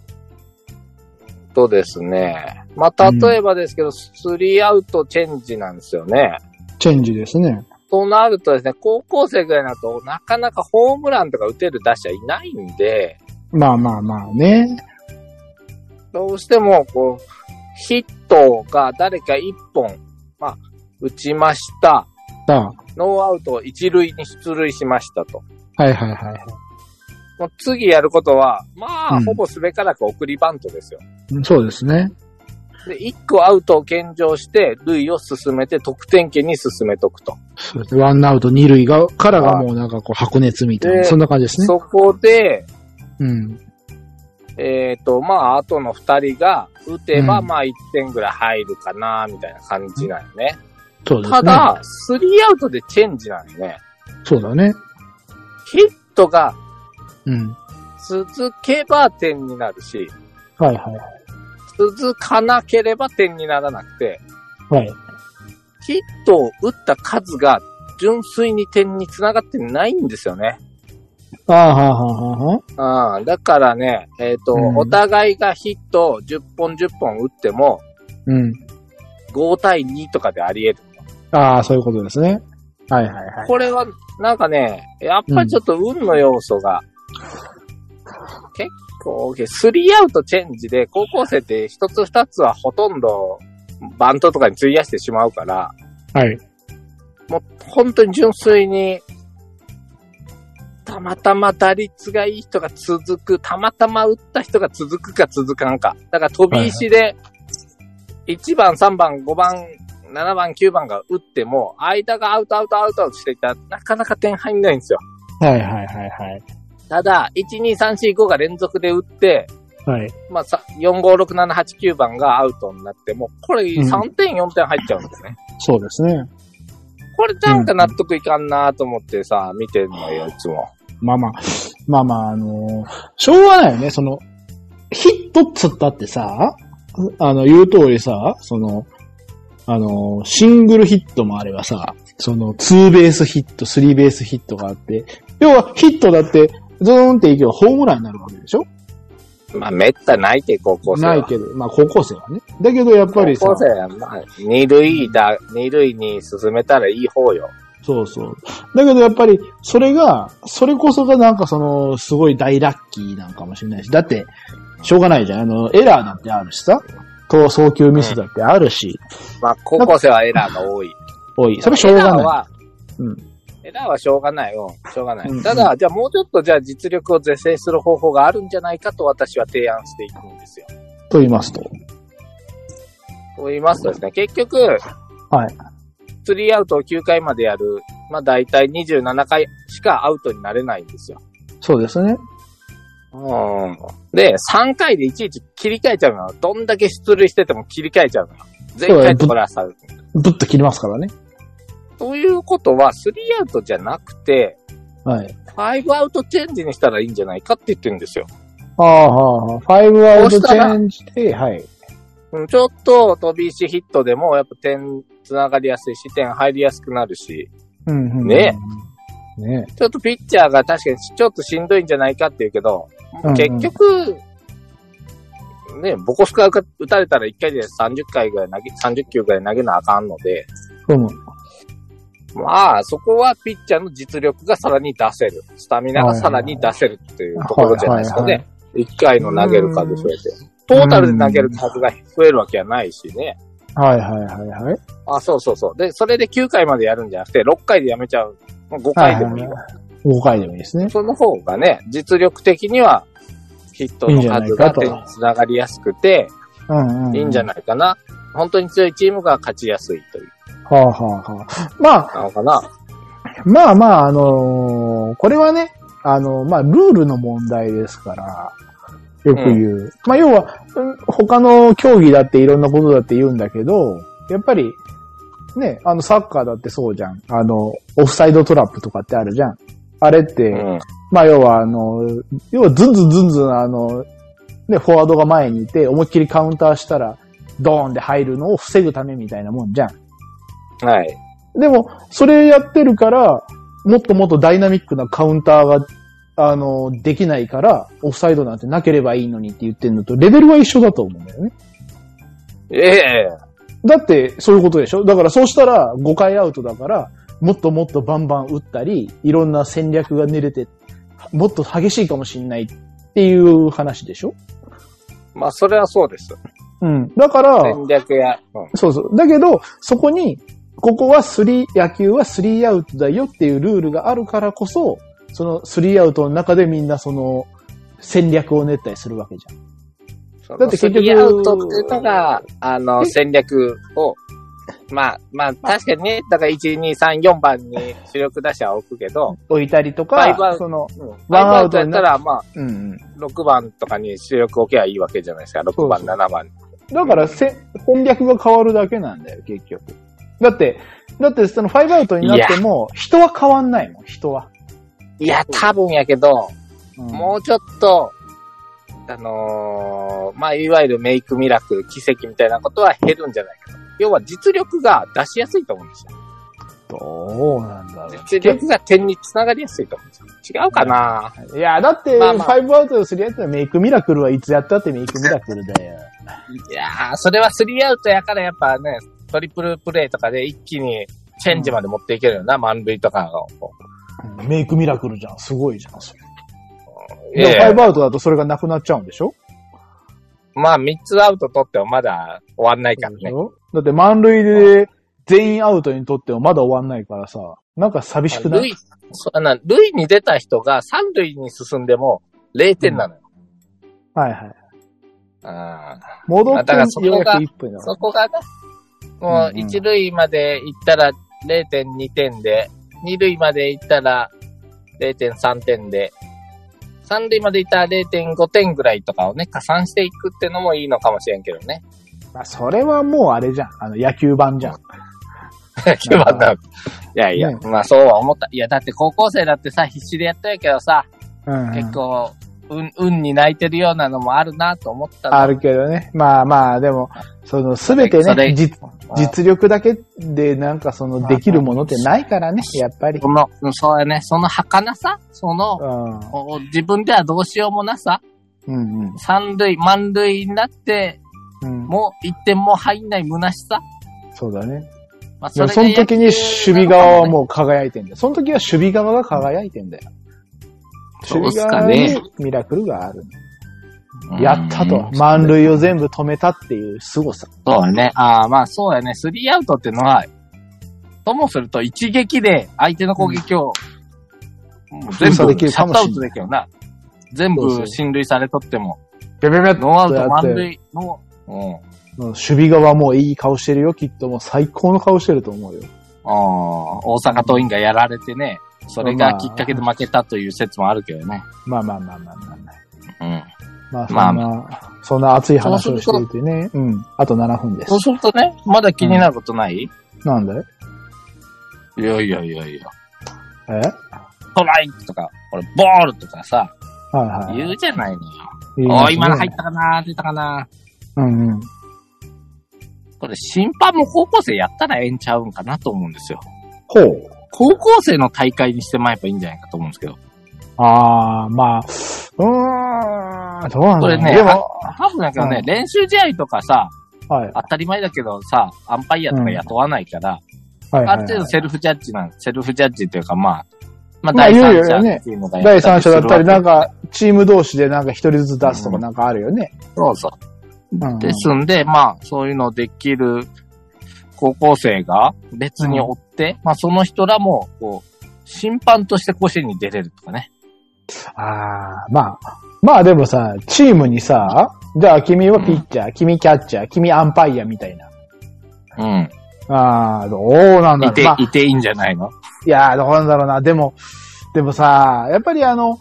[SPEAKER 2] とですね。まあ例えばですけど、スリーアウトチェンジなんですよね。
[SPEAKER 1] チェンジですね。
[SPEAKER 2] となるとですね、高校生ぐらいになると、なかなかホームランとか打てる打者いないんで、
[SPEAKER 1] まあまあまあね。
[SPEAKER 2] どうしても、こう、ヒットが誰か一本、まあ、打ちました。
[SPEAKER 1] さ
[SPEAKER 2] ノーアウト一塁に出塁しましたと。
[SPEAKER 1] あ、はいはいはいは
[SPEAKER 2] もう次やることは、まあ、
[SPEAKER 1] うん
[SPEAKER 2] ほぼすべからく送りバントですよ。
[SPEAKER 1] い。そうですね。
[SPEAKER 2] で、一個アウトを献上して、塁を進めて、得点圏に進めとくと。
[SPEAKER 1] ワンアウト二塁が、からがもうなんかこう白熱みたい
[SPEAKER 2] で
[SPEAKER 1] な、そんな感じですね。
[SPEAKER 2] そこで、
[SPEAKER 1] うん。
[SPEAKER 2] えっ、と、まあ、あとの二人が、打てば、
[SPEAKER 1] うん
[SPEAKER 2] まあ、一点ぐらい入るかな、みたいな感じなんよね。
[SPEAKER 1] そうですね。
[SPEAKER 2] た、だ、スリーアウトでチェンジなんよね。
[SPEAKER 1] そうだね。
[SPEAKER 2] ヒットが
[SPEAKER 1] うん。
[SPEAKER 2] 続けば点になるし、
[SPEAKER 1] はいはい
[SPEAKER 2] 続かなければ点にならなくて、
[SPEAKER 1] はい。はい。
[SPEAKER 2] ヒットを打った数が純粋に点につながってないんですよね。
[SPEAKER 1] ああ、はあ、はあ、はあ、は
[SPEAKER 2] うん、だからね、えっ、と、
[SPEAKER 1] うん
[SPEAKER 2] お互いがヒットを10本10本打っても、
[SPEAKER 1] うん。
[SPEAKER 2] 5対2とかであり得る。
[SPEAKER 1] ああ、そういうことですね。はいはいはい。
[SPEAKER 2] これは、なんかね、やっぱりちょっと運の要素が、結構大きい。スリーアウトチェンジで、高校生って一つ二つはほとんど、バントとかに費やしてしまうから、
[SPEAKER 1] はい。
[SPEAKER 2] もう本当に純粋に、たまたま打率がいい人が続く、たまたま打った人が続くか続かんか。だから飛び石で、1番、3番、5番、7番、9番が打っても、間がアウトアウトアウトアウトしていったら、なかなか点入んないんですよ。
[SPEAKER 1] はいはいはいはい。
[SPEAKER 2] ただ、1、2、3、4、5が連続で打って、
[SPEAKER 1] はい。
[SPEAKER 2] まあ、さ4、5、6、7、8、9番がアウトになっても、これ3点、4点入っちゃうんですね。
[SPEAKER 1] そうですね。
[SPEAKER 2] これなんか納得いかんなと思ってさ、見てんのよ、いつも。
[SPEAKER 1] まあまあ、まあまあ、あのーしょうがないよね、その、ヒットっつったってさ、あの、言う通りさ、その、あのーシングルヒットもあればさ、その、ツーベースヒット、スリーベースヒットがあって、要はヒットだって、ゾーンっていけばホームランになるわけでしょ
[SPEAKER 2] まあ、めったないけ、高校生は。
[SPEAKER 1] ないけど、まあ高校生はね。だけどやっぱりさ
[SPEAKER 2] 高、校生は、まあ、二類だ、二類に進めたらいい方よ。
[SPEAKER 1] そうそう。だけどやっぱり、それが、それこそがなんかその、すごい大ラッキーなんかもしれないし、だって、しょうがないじゃん。あの、エラーだってあるしさ、と、送球ミスだってあるし、
[SPEAKER 2] まあ、高校生はエラーが多い。
[SPEAKER 1] おい、それはしょうが
[SPEAKER 2] エラー
[SPEAKER 1] ない。
[SPEAKER 2] は、
[SPEAKER 1] うん
[SPEAKER 2] エラーはしょうがないよ。しょうがない。
[SPEAKER 1] うん
[SPEAKER 2] ただ、じゃあもうちょっと、じゃあ実力を是正する方法があるんじゃないかと私は提案していくんですよ。
[SPEAKER 1] と言いますと。
[SPEAKER 2] と言いますとですね、結局、
[SPEAKER 1] はい。
[SPEAKER 2] スリーアウトを9回までやる、まあ、大体27回しかアウトになれないんですよ。
[SPEAKER 1] そうですね。
[SPEAKER 2] うんで、3回でいちいち切り替えちゃうのよ。どんだけ出塁してても切り替えちゃうのよ。全回取らされる。
[SPEAKER 1] ぶっと切りますからね。
[SPEAKER 2] ということは、3アウトじゃなくて、
[SPEAKER 1] はい。
[SPEAKER 2] 5アウトチェンジにしたらいいんじゃないかって言ってるんですよ。
[SPEAKER 1] ああ、はあ、ファイブアウト
[SPEAKER 2] そう
[SPEAKER 1] チ
[SPEAKER 2] したら
[SPEAKER 1] ェンジで、はい。
[SPEAKER 2] うんちょっと飛び石ヒットでも、やっぱ点繋がりやすいし、点入りやすくなるし、
[SPEAKER 1] うんうんうん
[SPEAKER 2] ね
[SPEAKER 1] ね
[SPEAKER 2] ちょっとピッチャーが確かにちょっとしんどいんじゃないかって言うけど
[SPEAKER 1] うんうん、
[SPEAKER 2] 結局、ね、ボコスカ打たれたら1回で30回ぐらい投げ、30球ぐらい投げなあかんので、
[SPEAKER 1] そう思う
[SPEAKER 2] まあ、そこはピッチャーの実力がさらに出せる。スタミナがさらに出せるっていうところじゃないですか
[SPEAKER 1] はい
[SPEAKER 2] ね。1回の投げる数増えて。トータルで投げる数が増えるわけはないしね。
[SPEAKER 1] はいはいはいはい。
[SPEAKER 2] あ、そうそうそう。で、それで9回までやるんじゃなくて、6回でやめちゃう。もう5回でもいいわ。
[SPEAKER 1] 5回でもいいですね。
[SPEAKER 2] その方がね、実力的にはヒットの数が手につながりやすくて、
[SPEAKER 1] うんうん。
[SPEAKER 2] いいんじゃないかな。本当に強いチームが勝ちやすいという。
[SPEAKER 1] はあはあはあ。まあ、
[SPEAKER 2] なのかな。
[SPEAKER 1] まあまあ、あのーこれはね、あのーまあ、ルールの問題ですから、よく言う。まあ、要は、うん他の競技だっていろんなことだって言うんだけど、やっぱり、ね、あの、サッカーだってそうじゃん。あの、オフサイドトラップとかってあるじゃん。あれって、
[SPEAKER 2] うん。
[SPEAKER 1] まあ、要は、あの、要は、ずんずんずんずん、あの、ね、フォワードが前にいて、思いっきりカウンターしたら、ドーンで入るのを防ぐためみたいなもんじゃん。
[SPEAKER 2] はい。
[SPEAKER 1] でも、それやってるから、もっともっとダイナミックなカウンターが、あの、できないから、オフサイドなんてなければいいのにって言ってるのと、レベルは一緒だと思うんだよね。
[SPEAKER 2] ええ
[SPEAKER 1] だって、そういうことでしょだから、そうしたら5回アウトだから、もっともっとバンバン打ったり、いろんな戦略が練れて、もっと激しいかもしんないっていう話でしょ
[SPEAKER 2] まあ、それはそうです。
[SPEAKER 1] うん。だから、
[SPEAKER 2] 戦略や、うん
[SPEAKER 1] そうそう。だけど、そこに、ここはスリー、野球はスリーアウトだよっていうルールがあるからこそ、そのスリーアウトの中でみんなその戦略を練ったりするわけじゃん。
[SPEAKER 2] その
[SPEAKER 1] だって結局
[SPEAKER 2] スリーアウトっていうのが、あの、戦略を、まあ、まあ、確かにね、だから1、2、3、4番に主力打者を置くけど、
[SPEAKER 1] 置いたりと
[SPEAKER 2] バイ
[SPEAKER 1] か、
[SPEAKER 2] バイ
[SPEAKER 1] その、
[SPEAKER 2] うん、
[SPEAKER 1] ワンアウ
[SPEAKER 2] ファイブ
[SPEAKER 1] ト
[SPEAKER 2] ア
[SPEAKER 1] にな
[SPEAKER 2] ウトやったら、まあ、
[SPEAKER 1] うんうん。
[SPEAKER 2] 6番とかに主力置けばいいわけじゃないですか。6番、
[SPEAKER 1] そうそ
[SPEAKER 2] 7番。
[SPEAKER 1] だからせ、戦略が変わるだけなんだよ、結局。だって、だってその5アウトになっても、人は変わんないもん、人は。
[SPEAKER 2] いや、多分やけど、
[SPEAKER 1] うん
[SPEAKER 2] もうちょっと、あのーまあ、いわゆるメイクミラクル、奇跡みたいなことは減るんじゃないかと。要は実力が出しやすいと思うんですよ。
[SPEAKER 1] どうなんだろう。
[SPEAKER 2] 実力が点につながりやすいと思うんですよ違うかない
[SPEAKER 1] や、だって、フ
[SPEAKER 2] まあまあ
[SPEAKER 1] ァイブアウトするやつはメイクミラクルはいつやったってメイクミラクルだよ。
[SPEAKER 2] いやー、それはスリーアウトやからやっぱね、トリプルプレイとかで一気にチェンジまで持っていけるよな、満塁とかを。
[SPEAKER 1] メイクミラクルじゃん。すごいじゃん、それ。
[SPEAKER 2] い
[SPEAKER 1] でも、ファイ
[SPEAKER 2] やいや
[SPEAKER 1] ブアウトだとそれがなくなっちゃうんでしょ
[SPEAKER 2] まあ3つアウト取ってもまだ終わんないから
[SPEAKER 1] でし
[SPEAKER 2] ね。
[SPEAKER 1] ょだって満塁で全員アウトにとってもまだ終わんないからさ、なんか寂しくない
[SPEAKER 2] 塁、そうな、塁に出た人が3塁に進んでも0点なのよ。
[SPEAKER 1] はいはい。
[SPEAKER 2] あ
[SPEAKER 1] 戻
[SPEAKER 2] ま
[SPEAKER 1] っ
[SPEAKER 2] あだからそ
[SPEAKER 1] て
[SPEAKER 2] こ
[SPEAKER 1] よ
[SPEAKER 2] が
[SPEAKER 1] うやく1分だ
[SPEAKER 2] ー
[SPEAKER 1] か
[SPEAKER 2] そ
[SPEAKER 1] ら。
[SPEAKER 2] こがな、もう
[SPEAKER 1] うんうん
[SPEAKER 2] 1塁まで行ったら0.2点で、2塁まで行ったら0.3点で、3塁まで行ったら0.5点ぐらいとかをね、加算していくってのもいいのかもしれんけどね。
[SPEAKER 1] まあそれはもうあれじゃん。あの、野球版じゃん。
[SPEAKER 2] 決まった。いやいや、
[SPEAKER 1] ね
[SPEAKER 2] まあそうは思った。いや、だって高校生だってさ、必死でやったんやけどさ、
[SPEAKER 1] うん、
[SPEAKER 2] 結構、うん、運に泣いてるようなのもあるなと思ったの
[SPEAKER 1] あるけどね。まあまあ、でも、その、すべて
[SPEAKER 2] それ
[SPEAKER 1] ね、実実力だけでなんかその、できるものってないからね、やっぱり。
[SPEAKER 2] その、うんそうやね、その儚さその、
[SPEAKER 1] うん。
[SPEAKER 2] お自分ではどうしようもなさ
[SPEAKER 1] うんうん。
[SPEAKER 2] 三塁、満塁になって、
[SPEAKER 1] うん、
[SPEAKER 2] もう一点も入んない虚しさ
[SPEAKER 1] そうだね。
[SPEAKER 2] まあ、
[SPEAKER 1] でもその時に守備側はもう輝いてんだよ。その時は守備側が輝いてんだよ。
[SPEAKER 2] そうっ
[SPEAKER 1] 守
[SPEAKER 2] す
[SPEAKER 1] 備
[SPEAKER 2] か
[SPEAKER 1] 側
[SPEAKER 2] ね
[SPEAKER 1] にミラクルがある。
[SPEAKER 2] う
[SPEAKER 1] やったと。満塁を全部止めたっていう凄さ。
[SPEAKER 2] そうやね。ああ、まあそうやね。スリーアウトってのは、ともすると一撃で相手の攻撃を、もう全
[SPEAKER 1] 封鎖
[SPEAKER 2] 部
[SPEAKER 1] できる
[SPEAKER 2] シャ
[SPEAKER 1] か
[SPEAKER 2] ッ
[SPEAKER 1] も
[SPEAKER 2] トア
[SPEAKER 1] しれ
[SPEAKER 2] ウト
[SPEAKER 1] な
[SPEAKER 2] で
[SPEAKER 1] い
[SPEAKER 2] きるよな。全
[SPEAKER 1] そうそ
[SPEAKER 2] 部
[SPEAKER 1] う
[SPEAKER 2] 進塁されとっても、
[SPEAKER 1] ビャビャビャ
[SPEAKER 2] ノーアウト
[SPEAKER 1] そうや
[SPEAKER 2] 満
[SPEAKER 1] って
[SPEAKER 2] 塁の、うん。
[SPEAKER 1] うん守備側もいい顔してるよ。きっともう最高の顔してると思うよ。
[SPEAKER 2] ああ大阪桐蔭がやられてね、それがきっかけで負けたという説もあるけどね。
[SPEAKER 1] まあまあまあまあまあまあ。
[SPEAKER 2] うん。
[SPEAKER 1] まあ、そん
[SPEAKER 2] まあ
[SPEAKER 1] な、そんな熱い話をしていてね。うん。あと7分です
[SPEAKER 2] そう。するとね、まだ気になることない、
[SPEAKER 1] なんで
[SPEAKER 2] いやいやいやいや。
[SPEAKER 1] えはい
[SPEAKER 2] ストライクとか、これボールとかさ、
[SPEAKER 1] はい。
[SPEAKER 2] 言うじゃないのよ。
[SPEAKER 1] 言い
[SPEAKER 2] お
[SPEAKER 1] ま
[SPEAKER 2] ー
[SPEAKER 1] すね
[SPEAKER 2] 今の入ったかな出たかな
[SPEAKER 1] うんうん。
[SPEAKER 2] これ審判も高校生やったらええんちゃうんかなと思うんですよ。
[SPEAKER 1] ほう。
[SPEAKER 2] 高校生の大会にしてまえばいいんじゃないかと思うんですけど。
[SPEAKER 1] ああ、まあ、うーん、どうなんだろ
[SPEAKER 2] これ
[SPEAKER 1] う
[SPEAKER 2] ね、
[SPEAKER 1] でも、
[SPEAKER 2] あ多分だけどね、
[SPEAKER 1] うん
[SPEAKER 2] 練習試合とかさ、
[SPEAKER 1] はい。
[SPEAKER 2] 当たり前だけどさ、アンパイアとか雇わないから、
[SPEAKER 1] はいはい
[SPEAKER 2] ある程度セルフジャッジなん、セルフジャッジというかまあ、まあ
[SPEAKER 1] まあ
[SPEAKER 2] 第三
[SPEAKER 1] いよいよ
[SPEAKER 2] 者
[SPEAKER 1] ね
[SPEAKER 2] っていうのがや
[SPEAKER 1] 第
[SPEAKER 2] った
[SPEAKER 1] 三
[SPEAKER 2] りす
[SPEAKER 1] 者だ
[SPEAKER 2] るわ
[SPEAKER 1] っ
[SPEAKER 2] け
[SPEAKER 1] たり、なんか、チーム同士でなんか一人ずつ出すとかなんかあるよね。
[SPEAKER 2] そうそう。
[SPEAKER 1] うん
[SPEAKER 2] ですんで、まあ、そういうのできる高校生が別に追って、まあ、その人らも、こう、審判として甲子園に出れるとかね。
[SPEAKER 1] ああ、まあ。まあでもさ、チームにさ、じゃあ君はピッチャー、君キャッチャー、君アンパイアみたいな。
[SPEAKER 2] うん。
[SPEAKER 1] ああ、どうなんだ
[SPEAKER 2] い
[SPEAKER 1] ろう。
[SPEAKER 2] て
[SPEAKER 1] まあ、、
[SPEAKER 2] いていいんじゃないの
[SPEAKER 1] いやー、どうなんだろうな。でも、でもさ、やっぱりあの、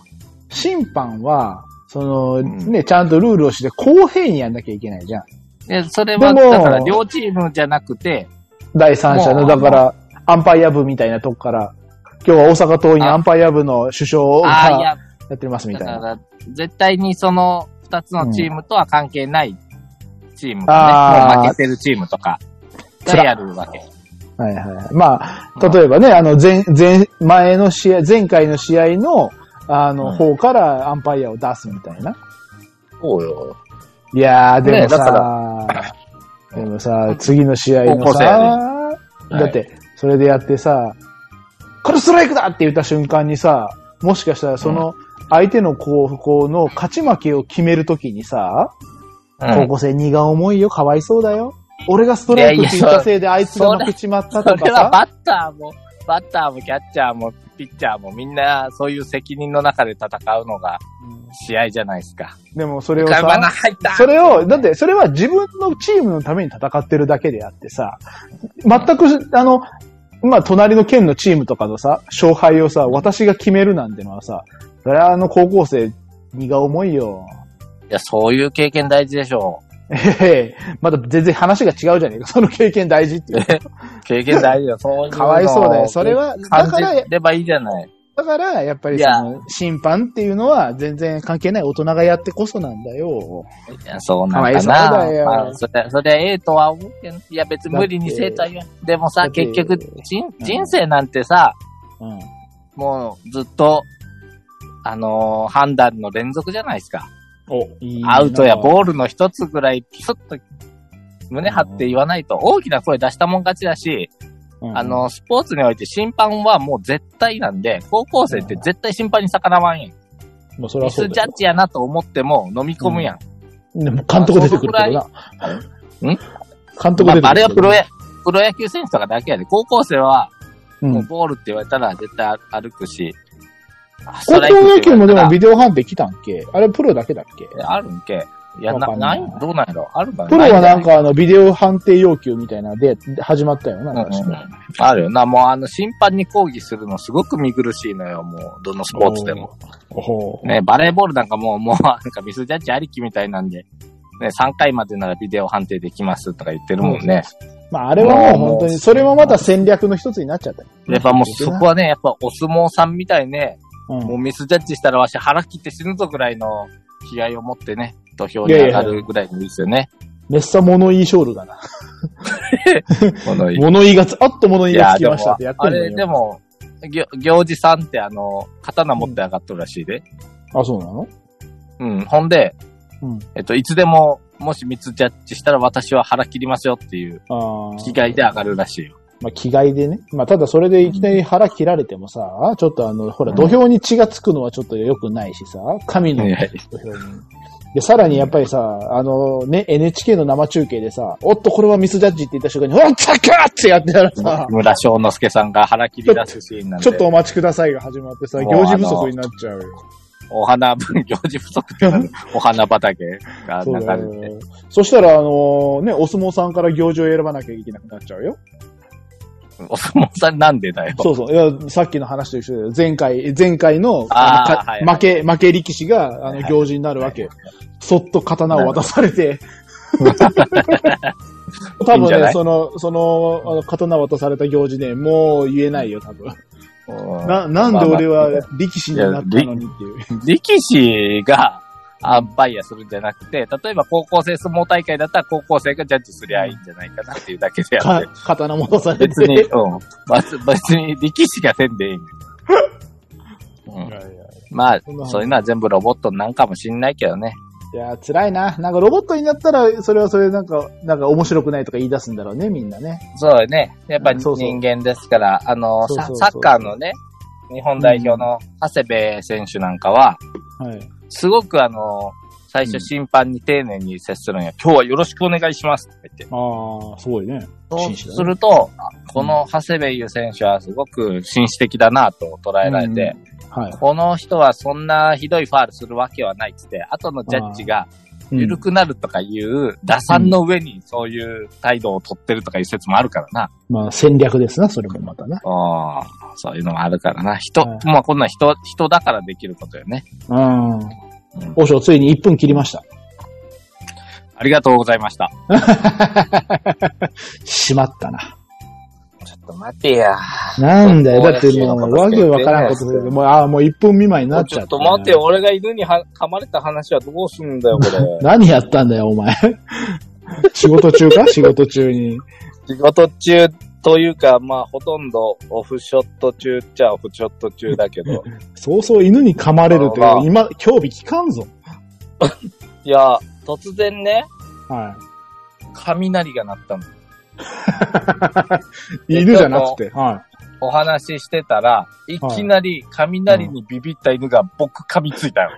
[SPEAKER 1] 審判は、その、
[SPEAKER 2] ん
[SPEAKER 1] ね、ちゃんとルールをして公平にやんなきゃいけないじゃん。
[SPEAKER 2] で、それは、
[SPEAKER 1] でも
[SPEAKER 2] だから、両チームじゃなくて、
[SPEAKER 1] 第三者
[SPEAKER 2] も
[SPEAKER 1] の、
[SPEAKER 2] う
[SPEAKER 1] だから、アンパイア部みたいなとこから、今日は大阪桐蔭
[SPEAKER 2] あ
[SPEAKER 1] アンパイア部の首相を
[SPEAKER 2] ああ、い
[SPEAKER 1] や
[SPEAKER 2] や、
[SPEAKER 1] ってますみ
[SPEAKER 2] だ
[SPEAKER 1] たい
[SPEAKER 2] か
[SPEAKER 1] な。
[SPEAKER 2] ら、絶対にその二つのチームとは関係ないチーム
[SPEAKER 1] あ
[SPEAKER 2] がね、
[SPEAKER 1] ー
[SPEAKER 2] もう負けてるチームとか、が
[SPEAKER 1] つら
[SPEAKER 2] やるわけ。
[SPEAKER 1] はいはい。まあ、例えばね、あの、前、前、前の試合、前回の試合の、あ
[SPEAKER 2] うん
[SPEAKER 1] の、方からアンパイアを出すみたいな。
[SPEAKER 2] そうよ。
[SPEAKER 1] いやー、で
[SPEAKER 2] ね
[SPEAKER 1] も
[SPEAKER 2] だか
[SPEAKER 1] さ、でもさ、次の試合
[SPEAKER 2] 高
[SPEAKER 1] の
[SPEAKER 2] 校生や
[SPEAKER 1] さ、だって、それでやってさ、これストライクだって言った瞬間にさ、もしかしたらその、相手の高校の勝ち負けを決めるときにさ、
[SPEAKER 2] はい、
[SPEAKER 1] 高校生荷が重いよ、かわいそうだよ。俺がストライクって言ったせいであいつがなくちまった
[SPEAKER 2] そ
[SPEAKER 1] とか
[SPEAKER 2] れは
[SPEAKER 1] さ。
[SPEAKER 2] バッターも、バッターもキャッチャーもピッチャーもみんなそういう責任の中で戦うのが試合じゃないですか。
[SPEAKER 1] でもそれを
[SPEAKER 2] ガバナ
[SPEAKER 1] さ、
[SPEAKER 2] 入った
[SPEAKER 1] それを、だってそれは自分のチームのために戦ってるだけであってさ、全く、あの、まあ、隣の県のチームとかのさ、勝敗をさ、私が決めるなんてのはさ、それはあの高校生、荷が重いよ。
[SPEAKER 2] いや、そういう経験大事でしょ
[SPEAKER 1] ええまだ全然話が違うじゃねえか。その経験 大事っていう。
[SPEAKER 2] う。経験大事だよ。そういうのを
[SPEAKER 1] かわいそうだよ。それは、だ
[SPEAKER 2] 感
[SPEAKER 1] から、
[SPEAKER 2] じればいいじゃない。
[SPEAKER 1] だから、やっぱり
[SPEAKER 2] い
[SPEAKER 1] そ
[SPEAKER 2] や
[SPEAKER 1] の、審判っていうのは全然関係ない大人がやってこそなんだよ。
[SPEAKER 2] いや、そう
[SPEAKER 1] か
[SPEAKER 2] な
[SPEAKER 1] わ
[SPEAKER 2] ん
[SPEAKER 1] い
[SPEAKER 2] か
[SPEAKER 1] そう
[SPEAKER 2] な。
[SPEAKER 1] だよ
[SPEAKER 2] まあ、それ、それ、ええとは思うけど、いや、別に無理にせえとは言わんでも
[SPEAKER 1] だ
[SPEAKER 2] さ、
[SPEAKER 1] って
[SPEAKER 2] 結局、人
[SPEAKER 1] うん
[SPEAKER 2] 人生なんてさ、
[SPEAKER 1] うん。
[SPEAKER 2] もうずっと、あのー判断の連続じゃないですか。
[SPEAKER 1] お、いいな
[SPEAKER 2] アウトやボールの一つぐらい、ピソッと胸張って言わないと、大きな声出したもん勝ちだし、
[SPEAKER 1] うん
[SPEAKER 2] あの、スポーツにおいて審判はもう絶対なんで、高校生って絶対審判に逆らわんやん。
[SPEAKER 1] まあ、それ
[SPEAKER 2] ミ
[SPEAKER 1] はそ
[SPEAKER 2] ス
[SPEAKER 1] う
[SPEAKER 2] ジ
[SPEAKER 1] だ
[SPEAKER 2] ャッジやなと思っても飲み込むやん。
[SPEAKER 1] よ。でも監督出てくるけどな。
[SPEAKER 2] うん
[SPEAKER 1] 監督出てくる
[SPEAKER 2] ま
[SPEAKER 1] けど。
[SPEAKER 2] あ、あれはプロやプロ野球選手とかだけやで、高校生は
[SPEAKER 1] う。
[SPEAKER 2] もうんボールって言われたら絶対歩くし、あス
[SPEAKER 1] 高
[SPEAKER 2] トライク
[SPEAKER 1] 校
[SPEAKER 2] っ
[SPEAKER 1] 野
[SPEAKER 2] て
[SPEAKER 1] 球
[SPEAKER 2] 言わ
[SPEAKER 1] も
[SPEAKER 2] れ
[SPEAKER 1] で
[SPEAKER 2] たら
[SPEAKER 1] もビデオ判定来たんけあれプロだけだっけ
[SPEAKER 2] あるんけいや、
[SPEAKER 1] わか
[SPEAKER 2] な、
[SPEAKER 1] んな
[SPEAKER 2] ないいどうなんやろあるかな
[SPEAKER 1] プロはなん
[SPEAKER 2] い
[SPEAKER 1] かあの、ビデオ判定要求みたいなので、始まったよな、
[SPEAKER 2] んじ
[SPEAKER 1] 確
[SPEAKER 2] ゃな
[SPEAKER 1] か
[SPEAKER 2] い、うんうんあるよな。もうあの、審判に抗議するのすごく見苦しいのよ、もう、どのスポーツでも。
[SPEAKER 1] おほう
[SPEAKER 2] ね、バレーボールなんかもう、もう、なんかミスジャッジありきみたいなんで、ね、3回までならビデオ判定できますとか言ってるもんね。
[SPEAKER 1] まあ、あれはもう本当に、それもまた戦略の一つになっちゃったよ。
[SPEAKER 2] やっぱもうそこはね、やっぱお相撲さんみたいね、
[SPEAKER 1] うん
[SPEAKER 2] もうミスジャッジしたらわし腹切って死ぬぞぐらいの気合を持ってね、土俵に上がるぐらいのいいですよね。
[SPEAKER 1] めっさ物言いショールだな。
[SPEAKER 2] この
[SPEAKER 1] 物言いがつ、あっと物
[SPEAKER 2] い
[SPEAKER 1] 言いがつ
[SPEAKER 2] や、
[SPEAKER 1] き
[SPEAKER 2] でも
[SPEAKER 1] ましたってやっ、て
[SPEAKER 2] あ
[SPEAKER 1] る
[SPEAKER 2] れ、
[SPEAKER 1] の
[SPEAKER 2] で
[SPEAKER 1] よ。
[SPEAKER 2] も、行行司さんってあの、刀持って上がっとるらしいで。
[SPEAKER 1] あ、そうなの
[SPEAKER 2] うん。ほんで、
[SPEAKER 1] うん
[SPEAKER 2] えっと、いつでも、もしミスジャッジしたら私は腹切りますよっていう
[SPEAKER 1] ああ。
[SPEAKER 2] 気概で上がるらしいよ。
[SPEAKER 1] まあ、気概でね。まあ、ただそれでいきなり腹切られてもさ、ちょっとあの、ほら、土俵に血がつくのはちょっと良くないしさ、神の
[SPEAKER 2] いやい
[SPEAKER 1] 土俵に。で、さらにやっぱりさ、あのね、NHK の生中継でさ、おっと、これはミスジャッジって言った瞬間に、おっちゃかーってやってたらさ、
[SPEAKER 2] 村正之介さんが腹切り出すシーンなんで。
[SPEAKER 1] ちょっとお待ちくださいが始まってさ、
[SPEAKER 2] も
[SPEAKER 1] 行
[SPEAKER 2] うあ
[SPEAKER 1] 事
[SPEAKER 2] の
[SPEAKER 1] 不足になっちゃうよ。
[SPEAKER 2] お花分、行事不足ってなる。お花畑が
[SPEAKER 1] そうだ
[SPEAKER 2] 流れて。
[SPEAKER 1] よ。そしたら、あのね、お相撲さんから行事を選ばなきゃいけなくなっちゃうよ。
[SPEAKER 2] お相撲さんなんでだよ。
[SPEAKER 1] そうそう。いや、さっきの話と一緒だよ。前回、前回の、
[SPEAKER 2] あー
[SPEAKER 1] あのか
[SPEAKER 2] はいはい
[SPEAKER 1] 負け、負け力士が、あ
[SPEAKER 2] は
[SPEAKER 1] の
[SPEAKER 2] い、はい
[SPEAKER 1] 行事になるわけ。そっと刀を渡され て。多
[SPEAKER 2] いいん
[SPEAKER 1] 分
[SPEAKER 2] じゃな
[SPEAKER 1] ね、
[SPEAKER 2] い
[SPEAKER 1] その、その、あの刀渡された行事ね、もう言えないよ、多分。
[SPEAKER 2] うん
[SPEAKER 1] な、なんで俺は
[SPEAKER 2] まあま
[SPEAKER 1] 力士になったのにっていう。
[SPEAKER 2] あ力士が、アンパイアするんじゃなくて、例えば高校生相撲大会だったら高校生がジャッジすりゃいいんじゃないかなっていうだけであっ
[SPEAKER 1] か
[SPEAKER 2] て。
[SPEAKER 1] 刀戻され
[SPEAKER 2] 別
[SPEAKER 1] て。
[SPEAKER 2] に、うん。別別に力士がせんでいいん
[SPEAKER 1] い
[SPEAKER 2] だよ。
[SPEAKER 1] やいや
[SPEAKER 2] うん、まあ
[SPEAKER 1] そんな、話
[SPEAKER 2] そういうのは全部ロボットなんかもしんないけどね。
[SPEAKER 1] いや、辛いな。なんかロボットになったら、それはそれでなんか、なんか面白くないとか言い出すんだろうね、みんなね。
[SPEAKER 2] そうよね。やっぱ
[SPEAKER 1] う
[SPEAKER 2] り
[SPEAKER 1] んそうそう
[SPEAKER 2] 人間ですから、あの、
[SPEAKER 1] そうそう
[SPEAKER 2] さ
[SPEAKER 1] そう
[SPEAKER 2] サッカーのね、日本代表の長谷部選手なんかは、
[SPEAKER 1] はい。
[SPEAKER 2] すごくあの、最初審判に丁寧に接するんや。今日はよろしくお願いしますって言って。
[SPEAKER 1] ああ、すごいね。
[SPEAKER 2] そ
[SPEAKER 1] 紳
[SPEAKER 2] う
[SPEAKER 1] 士だね
[SPEAKER 2] すると、あこの長谷部優選手はすごく紳士的だなと捉えられて、
[SPEAKER 1] はい。
[SPEAKER 2] この人はそんなひどいファールするわけはないっつって、後のジャッジが緩くなるとかいう打算の上にそういう態度を取ってるとかいう説もあるからな。
[SPEAKER 1] まあ戦略ですな、それもまたな。
[SPEAKER 2] ああ、そういうのもあるからな。人、
[SPEAKER 1] はい
[SPEAKER 2] まあこんなん人、人だからできることよね。
[SPEAKER 1] うん。
[SPEAKER 2] うん
[SPEAKER 1] おしょ、ついに1分切りました。
[SPEAKER 2] ありがとうございました。
[SPEAKER 1] しまったな。
[SPEAKER 2] ちょっと待てや。
[SPEAKER 1] なんだよ。
[SPEAKER 2] こう
[SPEAKER 1] だっても
[SPEAKER 2] こ
[SPEAKER 1] う、
[SPEAKER 2] うや
[SPEAKER 1] わ
[SPEAKER 2] って
[SPEAKER 1] けわからんこと
[SPEAKER 2] やってん
[SPEAKER 1] で、
[SPEAKER 2] ね
[SPEAKER 1] もう、ああ、もう1分未満になっち
[SPEAKER 2] ち
[SPEAKER 1] ゃっ
[SPEAKER 2] ょったと
[SPEAKER 1] な。
[SPEAKER 2] 待てよ。俺が犬には噛まれた話はどうすんだよ、こ れ。
[SPEAKER 1] 何やったんだよ、お前。 仕事中 か仕事中に。
[SPEAKER 2] 仕事中というか、まあほとんどオフショット中っちゃオフショット中だ けど。
[SPEAKER 1] そうそう犬に噛まれるって
[SPEAKER 2] ああ、
[SPEAKER 1] 今、興味聞かんぞ。
[SPEAKER 2] いや、突然ね、
[SPEAKER 1] は
[SPEAKER 2] 雷が鳴ったの。
[SPEAKER 1] い。犬じゃなくて。は
[SPEAKER 2] お話ししてたら、いきなり雷にビビった犬が僕噛みついたよ。